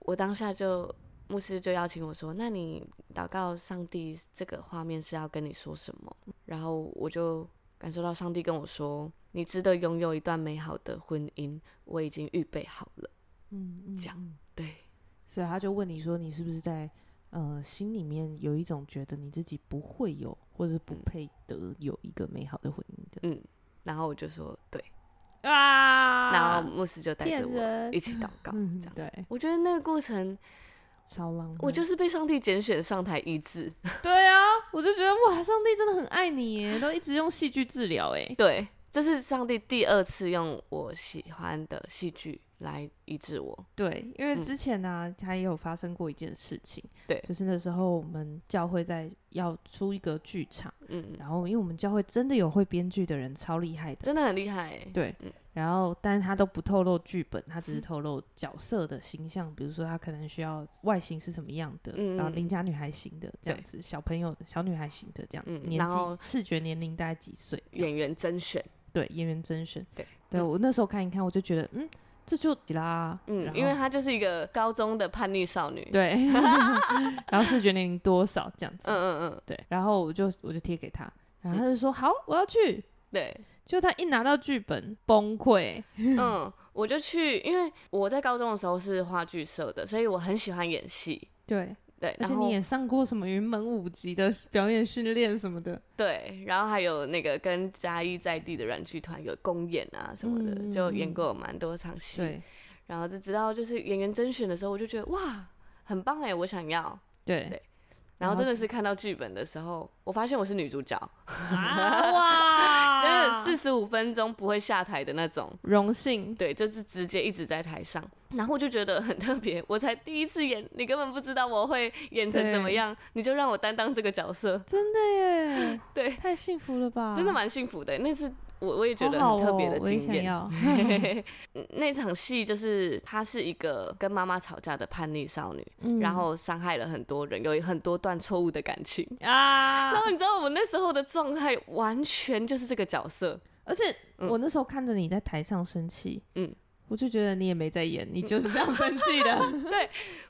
B: 我当下就，牧师就邀请我说：“那你祷告上帝这个画面是要跟你说什么？”然后我就感受到上帝跟我说：“你值得拥有一段美好的婚姻，我已经预备好了。
A: 嗯嗯
B: 这样
A: 嗯”
B: 对。
A: 所以他就问你说，你是不是在呃心里面有一种觉得你自己不会有，或者不
B: 嗯
A: 配得有一个美好的婚姻的？
B: 嗯，然后我就说对，
A: 啊
B: 然后牧师就带着
A: 骗
B: 我
A: 人嗯
B: 一起祷告，这样。
A: 对，嗯
B: 我觉得那个过程，
A: 超浪漫。
B: 我就是被上帝拣选上台医治，
A: [laughs] 对啊，我就觉得哇，上帝真的很爱你耶，都一直用戏剧治疗哎。
B: 对，这是上帝第二次用我喜欢的戏剧来医治我，
A: 对，因为
B: 嗯
A: 之前呢、他也有发生过一件事情，
B: 对
A: 就是那时候我们教会在要出一个剧场，
B: 嗯，
A: 然后因为我们教会真的有会编剧的人，超厉害的，
B: 真的很厉害欸，
A: 对，嗯
B: 嗯
A: 然后但是他都不透露剧本，他只是透露角色的形象，比如说他可能需要外形是什么样的，
B: 嗯
A: 然后
B: 嗯
A: 邻家女孩型的这样
B: 对
A: 子，小朋友小女孩型的这样，
B: 嗯
A: 年
B: 然后
A: 纪视觉年龄大概几岁这样，
B: 演员甄选，
A: 对演员甄选，
B: 对
A: 对
B: 嗯
A: 我那时候看一看，我就觉得嗯，这就啦，
B: 嗯
A: 然，
B: 因为
A: 后
B: 她就是一个高中的叛逆少女，
A: 对， [laughs] 然后视觉年龄多少这样子，
B: 嗯嗯嗯，
A: 对，然后我就我就贴给他，然后他就说、好，我要去。
B: 对，
A: 就他一拿到剧本崩溃，
B: 嗯，我就去，因为我在高中的时候是话剧社的，所以我很喜欢演戏，
A: 对，
B: 对，
A: 而且
B: 然后
A: 你也上过什么云门舞集的表演训练什么的，
B: 对，然后还有那个跟嘉义在地的软剧团有公演啊什么的，
A: 嗯嗯
B: 就演
A: 嗯
B: 过蛮多场戏。
A: 对
B: 然后就知道就是演员甄选的时候，我就觉得哇，很棒哎，我想要。
A: 对
B: 然
A: 然
B: 后
A: 后
B: 真的是看到剧本的时候，我发现我是女主角，真
A: 啊
B: 的
A: [laughs] 哇
B: 四十五分钟不会下台的那种。
A: 荣幸，
B: 对，就是直接一直在台上，然后我就觉得很特别。我才第一次演，你根本不知道我会演成怎么
A: 对
B: 样，你就让我担当这个角色，
A: 真的耶，
B: 对，
A: 太幸福了吧，
B: 真的蛮幸福的。那是我我也觉得
A: 啊好好
B: 很特别
A: 哦
B: 的
A: 我也
B: 经
A: 想
B: 验。
A: 要
B: 嗯 [laughs] 那场戏就是她是一个跟妈妈吵架的叛逆少女，
A: 嗯
B: 然后伤害了很多人，有很多段错误的感情。
A: 啊
B: 然，后你知道我那时候的状态完全就是这个角色，
A: 而且
B: 嗯
A: 我那时候看着你在台上生气，
B: 嗯。
A: 我就觉得你也没在演，你就是这样生气的。
B: [laughs] 对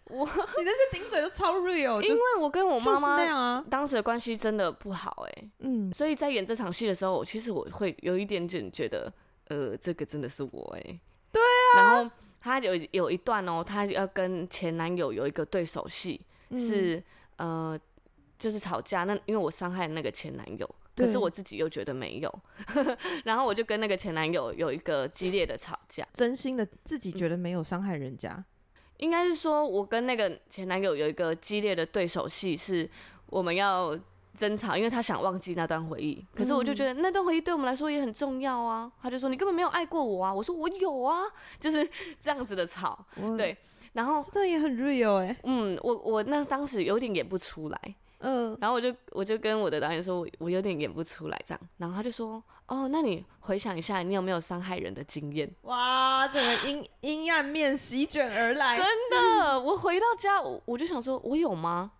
B: 我，
A: [laughs] 你那些顶嘴都超 real，
B: 因为我跟我妈妈
A: 啊。
B: 当时的关系真的不好哎、
A: 嗯，
B: 所以在演这场戏的时候，其实我会有一点点觉得，呃，这个真的是我哎、对啊。然后她有有一段哦，她要跟前男友有一个对手戏，
A: 嗯
B: 是呃，就是吵架。那因为我伤害了那个前男友，可
A: 对
B: 是我自己又觉得没有， [laughs] 然后我就跟那个前男友有一个激烈的吵架。
A: 真心的，自己觉得没有伤害人家。
B: 应该是说我跟那个前男友有一个激烈的对手戏，是我们要争吵，因为他想忘记那段回忆。可是我就觉得那段回忆对我们来说也很重要啊。他就说你根本没有爱过我啊，我说我有啊， [laughs] 就是这样子的吵。
A: 我
B: 嗯对然后
A: 真的也很 real 哎、
B: 嗯，我我那当时有点演不出来，
A: 嗯、
B: 然后我就我就跟我的导演说，我我有点演不出来这样，然后他就说，哦，那你回想一下，你有没有伤害人的经验？
A: 哇，整个阴阴暗面席卷而来
B: 真的，我回到家，我我就想说，我有吗？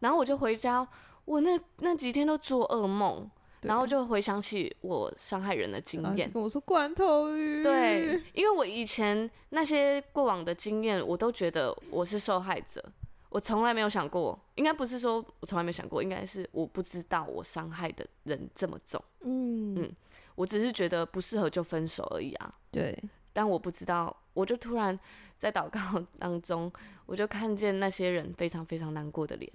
B: 然后我就回家，我那那几天都做噩梦，
A: 对
B: 然后就回想起我伤害人的经
A: 然后就
B: 验。
A: 跟我说罐头鱼，
B: 对，因为我以前那些过往的经验，我都觉得我是受害者，我从来没有想过，应该不是说我从来没想过，应该是我不知道我伤害的人这么重，
A: 嗯
B: 嗯我只是觉得不适合就分手而已啊。
A: 对，
B: 但我不知道，我就突然在祷告 [laughs] 当中，我就看见那些人非常非常难过的脸，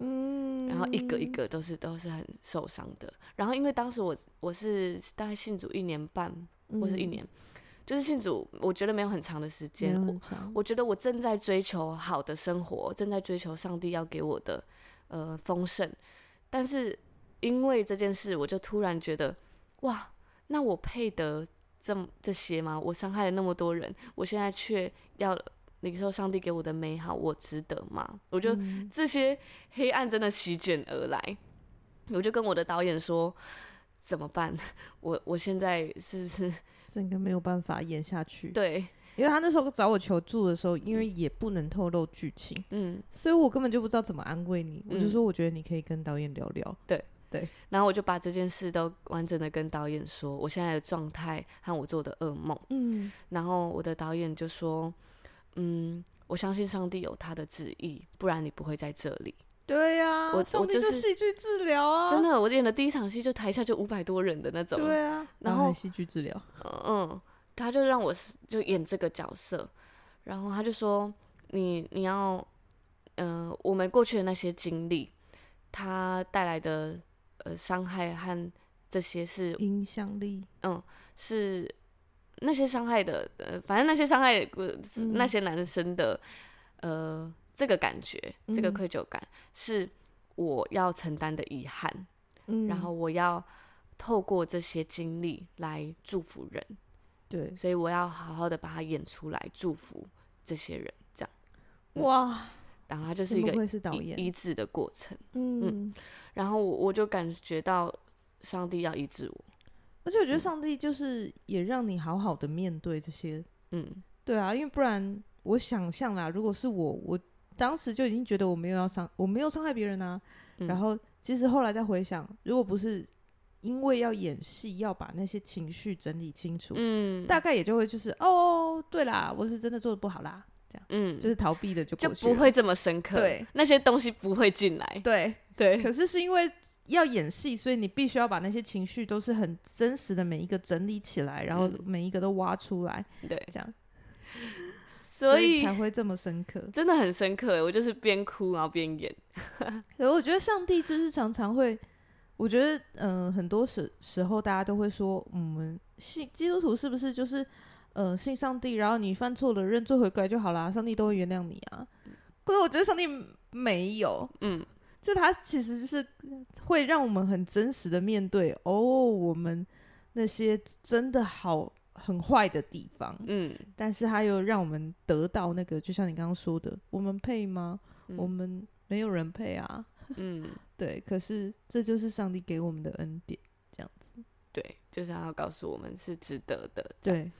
A: 嗯
B: 然后一个一，个都是都是很受伤的。然后因为当时我我是大概信主一年半或是一
A: 嗯
B: 年，就是信主，我觉得没有很长的时
A: 没
B: 间
A: 有，
B: 我
A: 很长
B: 我觉得我正在追求好的生活，正在追求上帝要给我的呃丰盛，但是因为这件事，我就突然觉得，哇，那我配得这么这些吗？我伤害了那么多人，我现在却要领受上帝给我的美好，我值得吗？我就、
A: 嗯
B: 这些黑暗真的席卷而来，我就跟我的导演说。怎么办？ [laughs] 我我现在是不是 [laughs]
A: 整个没有办法演下去。，
B: 对？
A: 因为他那时候找我求助的时候，因为也不能透露剧情，
B: 嗯，
A: 所以我根本就不知道怎么安慰你。我就
B: 嗯
A: 说，我觉得你可以跟导演聊聊。
B: 然后我就把这件事都完整的跟导演说，我现在的状态和我做的噩梦。
A: 嗯
B: 然后我的导演就说：“嗯，我相信上帝有他的旨意，不然你不会在这里。
A: 对呀、
B: 我
A: 上
B: 我
A: 帝
B: 就
A: 就是戏剧治疗啊，
B: 真的，我演的第一场戏就台下就五百多人的那种。
A: 对啊，
B: 然
A: 还
B: 后
A: 戏剧治疗，
B: 嗯嗯，他就让我是就演这个角色，然后他就说：“你你要，嗯、我们过去的那些经历，它带来的呃伤害和这些是
A: 影响力，
B: 嗯是那些伤害的，呃，反正那些伤害、呃是那
A: 嗯
B: 些男生的，呃，这个感觉，这个
A: 嗯
B: 愧疚感，是我要承担的遗憾，
A: 嗯，
B: 然后我要透过这些经历来祝福人，
A: 对，
B: 所以我要好好的把它演出来，祝福这些人，这样，嗯
A: 哇，
B: 然后它就是
A: 真
B: 一
A: 不
B: 个
A: 愧是导
B: 医
A: 演，
B: 医治的过程，
A: 嗯，
B: 然后我我就感觉到上帝要医治我，
A: 而且我觉
B: 嗯
A: 得上帝就是也让你好好的面对这些，
B: 嗯
A: 对啊，因为不然我想象啦，如果是我，我当时就已经觉得我没有要伤，我没有伤害别人啊。
B: 嗯
A: 然后其实后来再回想，如果不是因为要演戏，要把那些情绪整理清楚，
B: 嗯，
A: 大概也就会就是哦，对啦，我是真的做的不好啦，
B: 嗯
A: 就是逃避的就
B: 就
A: 过去
B: 不
A: 了
B: 会这么深刻，
A: 对，
B: 那些东西不会进来，
A: 对。
B: 对，
A: 可是是因为要演戏，所以你必须要把那些情绪都是很真实的每一个整理起来，然后
B: 嗯
A: 每一个都挖出来，
B: 对，
A: 这样，
B: 所
A: 以
B: 以
A: 才会这么深刻。
B: 真的很深刻，欸我就是边哭然后边演，
A: 可我觉得上帝就是常常会，我觉得嗯、呃很多时时候大家都会说，我们信基督徒是不是就是呃信上帝，然后你犯错了认罪悔改就好啦，上帝都会原谅你啊。可是我觉得上帝没有，
B: 嗯，
A: 就他其实是会让我们很真实的面对哦，我们那些真的好很坏的地方，
B: 嗯，
A: 但是他又让我们得到那个，就像你刚刚说的，我们配吗？
B: 嗯
A: 我们没有人配啊。
B: 嗯，
A: 对，可是这就是上帝给我们的恩典。
B: 对，就是他要告诉我们是值得的，这样。
A: 对，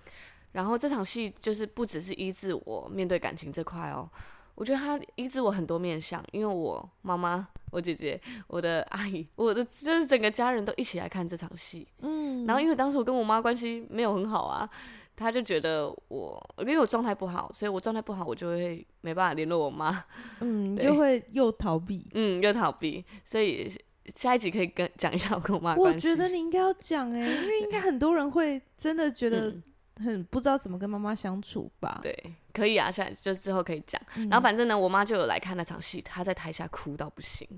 B: 然后这场戏就是不只是医治我面对感情这块哦，我觉得他医治我很多面向，因为我妈妈、我姐姐、我的阿姨、我的就是整个家人都一起来看这场戏，
A: 嗯
B: 然后因为当时我跟我妈关系没有很好啊，她就觉得我因为我状态不好，所以我状态不好，我就会没办法联络我妈，
A: 嗯，你
B: 对
A: 就会又逃避。
B: 嗯，又逃避，所以下一集可以跟讲一下我跟我妈的
A: 我
B: 关系。
A: 觉得你应该要讲哎、因为应该很多人会真的觉得
B: 嗯
A: 很不知道怎么跟妈妈相处吧。
B: 对，可以啊，下就之后可以讲。
A: 嗯，
B: 然后反正呢，我妈就有来看那场戏，她在台下哭到不行，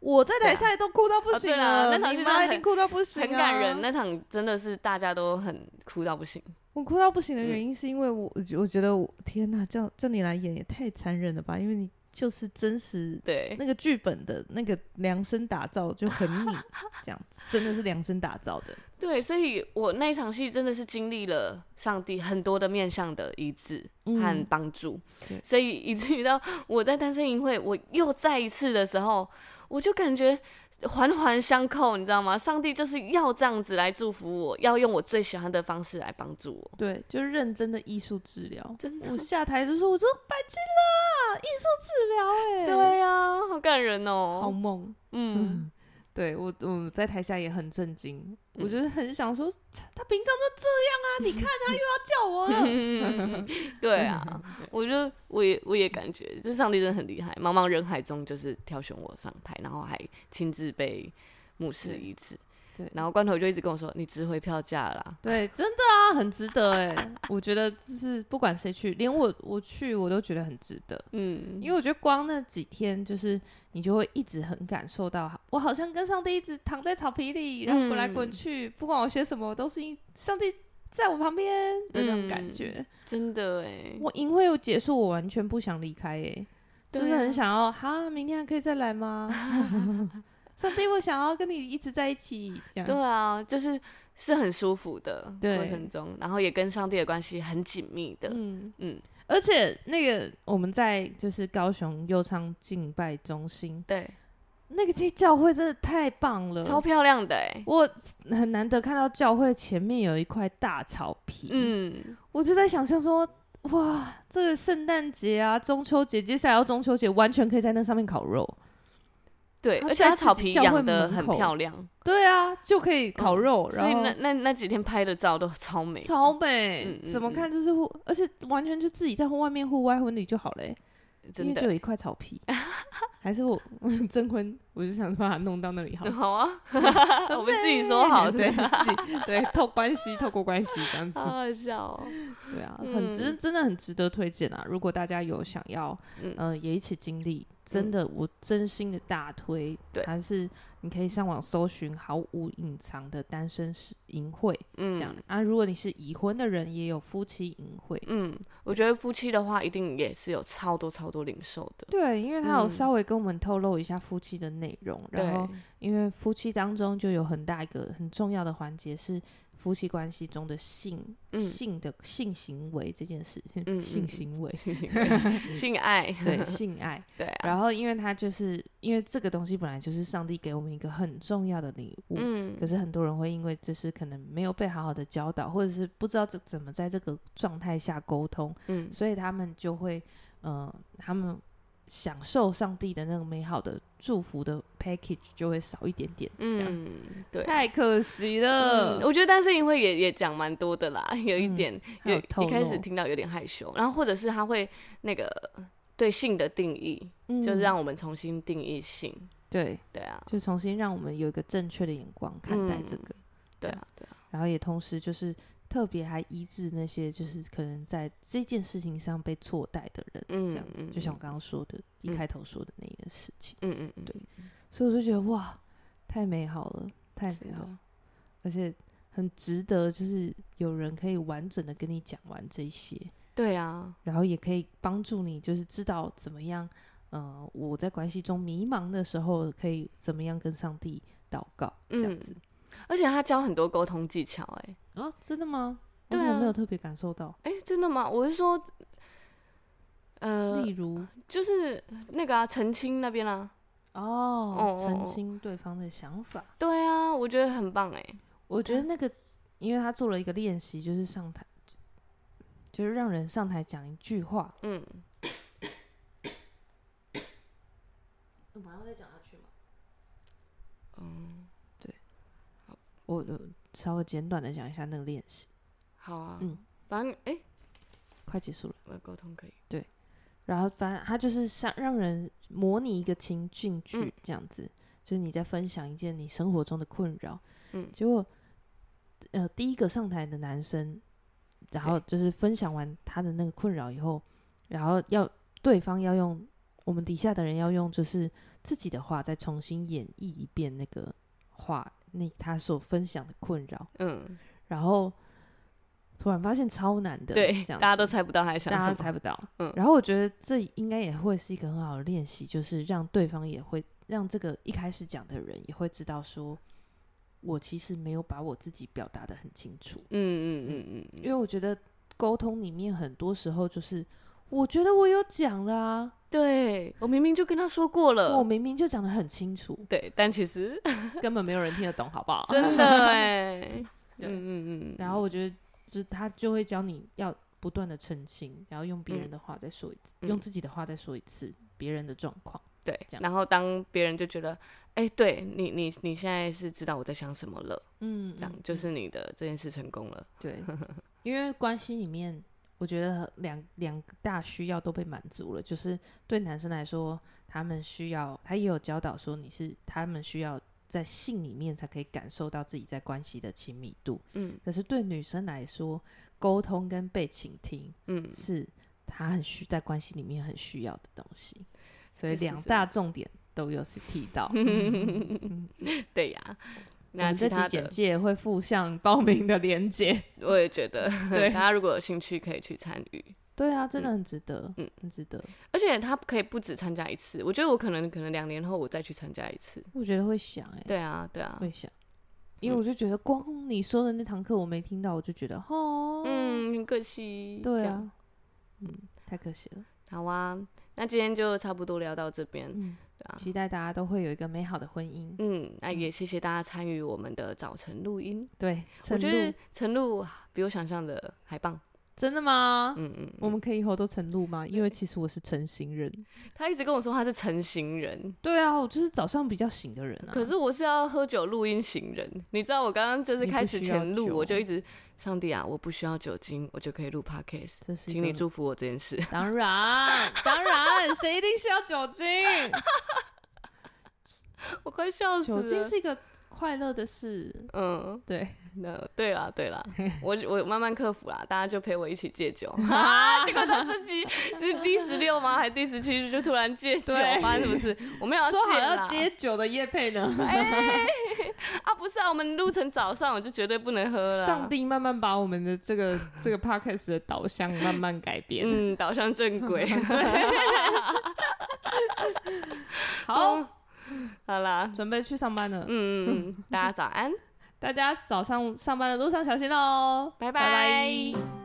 A: 我在台
B: 对
A: 下也都哭到不
B: 哦
A: 行
B: 对啦
A: 了，
B: 那场
A: 你
B: 戏真
A: 妈
B: 的
A: 一定
B: 很
A: 哭到不行、啊，
B: 很感人。那场真的是大家都很哭到不行。
A: 我哭到不行的
B: 嗯
A: 原因是因为我，我觉我觉得我天哪，叫叫你来演也太残忍了吧？因为你就是真实
B: 对，
A: 那个剧本的那个量身打造就
B: [laughs]
A: 很你这样子，真的是量身打造的。
B: 对，所以我那一场戏真的是经历了上帝很多的面向的医治和
A: 嗯
B: 帮助，
A: 对
B: 所以以至于到我在单身营会，我又再一次的时候，我就感觉环环相扣，你知道吗？上帝就是要这样子来祝福我，要用我最喜欢的方式来帮助我，
A: 对，就是认真的艺术治疗。
B: 真的
A: 我。下台就说：“我真的白痴啦，艺术治疗哎、
B: 啊对呀、好感人哦、
A: 好梦。
B: 嗯，
A: 嗯，对我，我在台下也很震惊，
B: 嗯
A: 我就是很想说，他平常就这样啊，你看他又要叫
B: [laughs]
A: 我了，
B: 嗯，
A: [laughs]
B: 对啊，我就我也我也感觉，这上帝真的很厉害，茫茫人海中就是挑选我上台，然后还亲自被牧师医治。
A: 对
B: 然后关头就一直跟我说：“你值回票价啦。
A: 对，真的啊，很值得哎、我觉得就是不管谁去，连我我去我都觉得很值得，”
B: 嗯，
A: 因为我觉得光那几天，就是你就会一直很感受到，我好像跟上帝一直躺在草皮里，然后滚来滚
B: 嗯
A: 去，不管我学什么，都是因上帝在我旁边的那种感觉。
B: 真的哎，
A: 我营会有结束，我完全不想离开哎、
B: 对
A: 就是
B: 啊
A: 很想要哈，明天还可以再
B: [laughs]
A: 来吗？上帝，我想要跟你一直在一起，这样
B: 对啊，就是是很舒服的
A: 对
B: 过程中，然后也跟上帝的关系很紧密的。
A: 嗯
B: 嗯
A: 嗯，而且那个我们在就是高雄右昌敬拜中心，
B: 对，
A: 那个这教会真的太棒了，
B: 超漂亮的哎。
A: 我很难得看到教会前面有一块大草皮，嗯，
B: 嗯，
A: 我就在想象说，哇，这个圣诞节啊，中秋节，接下来要中秋节，完全可以在那上面烤肉。
B: 对，
A: 它
B: 而且它
A: 在自
B: 草
A: 己
B: 皮
A: 教会
B: 养的
A: 门
B: 很
A: 口
B: 漂亮，
A: 对啊，就可哦以烤肉，
B: 所
A: 然
B: 以
A: 后
B: 那那那几天拍的照都超美。
A: 超美，
B: 嗯嗯
A: 怎么
B: 嗯
A: 看就是户，而且完全就自己在外面户外婚礼就好嘞、因
B: 真
A: 为就有
B: 的。
A: 一块草 [laughs] 皮，还是我 [laughs] 征婚，我就想把它弄到那里 [laughs] 好了。
B: 好 [laughs] 啊，我们自己说
A: [laughs]
B: 好
A: 对，啊
B: 的，
A: 自己对透关系，透过关系这样子
B: 好，好笑哦。
A: 对啊，很值，
B: 嗯
A: 真的很值得推荐啊！如果大家有想要，
B: 嗯
A: 呃，也一起经历，真的，我真心的大推，
B: 对
A: 还是你可以上网搜寻毫无隐藏的单身是淫会这样
B: 嗯
A: 啊。如果你是已婚的人，也有夫妻淫会，
B: 嗯，我觉得夫妻的话一定也是有超多超多零售的。
A: 对，因为他有
B: 嗯
A: 稍微跟我们透露一下夫妻的内容，然后
B: 对
A: 因为夫妻当中就有很大一个很重要的环节是夫妻关系中的性、
B: 嗯
A: 性的性行为这件事， [laughs]
B: 嗯
A: 性
B: 嗯。
A: 行为
B: 性行
A: [laughs]
B: 为性爱，[laughs]
A: 嗯对性爱，
B: 对啊，
A: 然后，因为它就是因为这个东西本来就是上帝给我们一个很重要的礼物，
B: 嗯
A: 可是很多人会因为就是可能没有被好好的教导，或者是不知道这怎么在这个状态下沟通，
B: 嗯
A: 所以他们就会，嗯、他们享受上帝的那个美好的祝福的 package 就会少一点点，这样、
B: 嗯，对。
A: 太可惜
B: 嗯
A: 了。，
B: 我觉得单身营会也也讲蛮多的啦，有一
A: 嗯
B: 点
A: 还
B: 有
A: 有透
B: 一开始
A: 露
B: 听到有点害羞，然后或者是他会那个对性的定义，
A: 嗯
B: 就是让我们重新定义性，
A: 对，
B: 对啊，
A: 就重新让我们有一个正确的眼光看待这
B: 嗯
A: 个。
B: 对
A: 这
B: 啊，对啊，
A: 然后也同时就是特别还医治那些就是可能在这件事情上被错待的人，
B: 嗯
A: 这样子，
B: 嗯
A: 就像我刚刚说的，
B: 嗯
A: 一开头说的那件事情，
B: 嗯嗯嗯，
A: 对所以我就觉得哇，太美好了，太美
B: 是的
A: 好了，而且很值得，就是有人可以完整的跟你讲完这些，
B: 对啊，
A: 然后也可以帮助你，就是知道怎么样，呃，我在关系中迷茫的时候，可以怎么样跟上帝祷告，这样
B: 嗯
A: 子。
B: 而且他教很多沟通技巧、哎，
A: 啊，真的吗？
B: 对
A: 我怎么没
B: 啊
A: 有特别感受到，
B: 哎、真的吗？我是说，呃
A: 例，如。
B: 就是那个啊，澄清那边啊，
A: 哦
B: 哦，
A: 澄
B: 哦
A: 清对方的想法。
B: 对啊，我觉得很棒哎、
A: 我觉得那个，因为他做了一个练习，就是上台，就是让人上台讲一句话。
B: 嗯，
A: 我马上再讲下去嘛。
B: 嗯，
A: 我我稍微简短的讲一下那个练习，
B: 好啊，
A: 嗯
B: 反正哎、
A: 快结束了。
B: 我沟通可以，
A: 然后反正他就是像让人模拟一个情境
B: 嗯
A: 剧这样子，就是你在分享一件你生活中的困扰，
B: 嗯
A: 结果呃第一个上台的男生，然后就是分享完他的那个困扰以后，然后要对方要用我们底下的人要用就是自己的话再重新演绎一遍那个话，那他所分享的困扰，
B: 嗯，
A: 然后突然发现超难的，
B: 对，
A: 这样
B: 大家
A: 子
B: 都猜不到他在想
A: 大
B: 什
A: 家
B: 么，
A: 猜不到。
B: 嗯
A: 然后我觉得这应该也会是一个很好的练习，就是让对方也会让这个一开始讲的人也会知道说，我其实没有把我自己表达的很清楚，
B: 嗯嗯嗯嗯嗯，
A: 因为我觉得沟通里面很多时候就是。我觉得我有讲了啊，
B: 对我明明就跟他说过了，
A: 我明明就讲的很清楚，
B: 对，但其实
A: 根本没有人听得懂，好
B: [laughs]
A: 不好？
B: 真的
A: [laughs]
B: 哎、嗯
A: 哦对
B: 嗯嗯，
A: 然后我觉得，就是他就会教你要不断的澄清，然后用别人的话再说一次，
B: 嗯
A: 用自己的话再说一次别人的状况。
B: 对
A: 这，样
B: 然后当别人就觉得，哎、对你你你现在是知道我在想什么了，
A: 嗯，
B: 这样、就是你的这件事成功了。
A: 对，因为关系里面，我觉得两两大需要都被满足了。就是对男生来说，他们需要，他也有教导说，你是他们需要在性里面才可以感受到自己在关系的亲密度。
B: 嗯
A: 可是对女生来说，沟通跟被倾听
B: 嗯，
A: 是她很需在关系里面很需要的东西。所以
B: 是是
A: 两
B: 是
A: 大重点都有是提
B: [laughs]
A: 到。
B: [laughs] 对呀、
A: 我
B: 那
A: 们
B: 其
A: 这
B: 他
A: 期简
B: 的嗯
A: 介会附上报名的链接。
B: 我也觉得， [laughs]
A: 对
B: 大家如果有兴趣可以去参与。
A: 对啊，真的很值得，
B: 嗯
A: 很值得。
B: 而且他可以不止参加一次，我觉得我可能可能两年后我再去参加一次。
A: 我觉得会想、欸，
B: 对啊，对啊，嗯
A: 会想，因为我就觉得光你说的那堂课我没听到，我就觉得哦，，
B: 嗯，很可惜。
A: 对
B: 这样，
A: 啊，嗯，太可惜了。
B: 好啊，那今天就差不多聊到这边。
A: 嗯，
B: 对啊
A: 期待大家都会有一个美好的婚姻。
B: 嗯，那也谢谢大家参与我们的早晨录音，
A: 对，
B: 我
A: 晨
B: 觉得
A: 露，
B: 晨露比我想象的还棒。
A: 真的吗？
B: 嗯嗯，
A: 我们可以以后都晨露吗？因为其实我是晨型人。
B: 他一直跟我说他是成型人，
A: 对啊，我就是早上比较醒的人啊。
B: 可是我是要喝酒录音型人。你知道我刚刚就是
A: 你
B: 开
A: 不
B: 始
A: 需要
B: 前录，我
A: 酒
B: 就一直，上帝啊，我不需要酒精，我就可以录 podcast，
A: 这是一
B: 请你
A: 个
B: 祝福我这件事。 [laughs]
A: 当然，当然，谁一定需要酒精？
B: 我快笑死了。
A: 酒精是一个快乐的事。
B: 嗯，
A: 对，
B: 那对啦，对
A: [laughs]
B: 啦，我我慢慢克服啦，大家就陪我一起戒酒。
A: 啊，
B: 结果他自己就是第十六吗？还是第十七日就突然戒酒，
A: 对
B: 发生什么事？我没有
A: 说好
B: 戒
A: 要
B: 啦。
A: 接酒的叶配呢？
B: 啊，不是啊，我们录成早上，我就绝对啊不能喝了。
A: 上，帝慢慢把我们的这个 [laughs] 这个 podcast 的导向慢慢改变。
B: 嗯，导向正
A: [laughs]
B: 轨。 [laughs]
A: 好，
B: 好啦，
A: 准备去上班了，
B: 哦嗯，嗯嗯大家早安，
A: 大家早上上班的路上小心喽，
B: 拜
A: 哦拜拜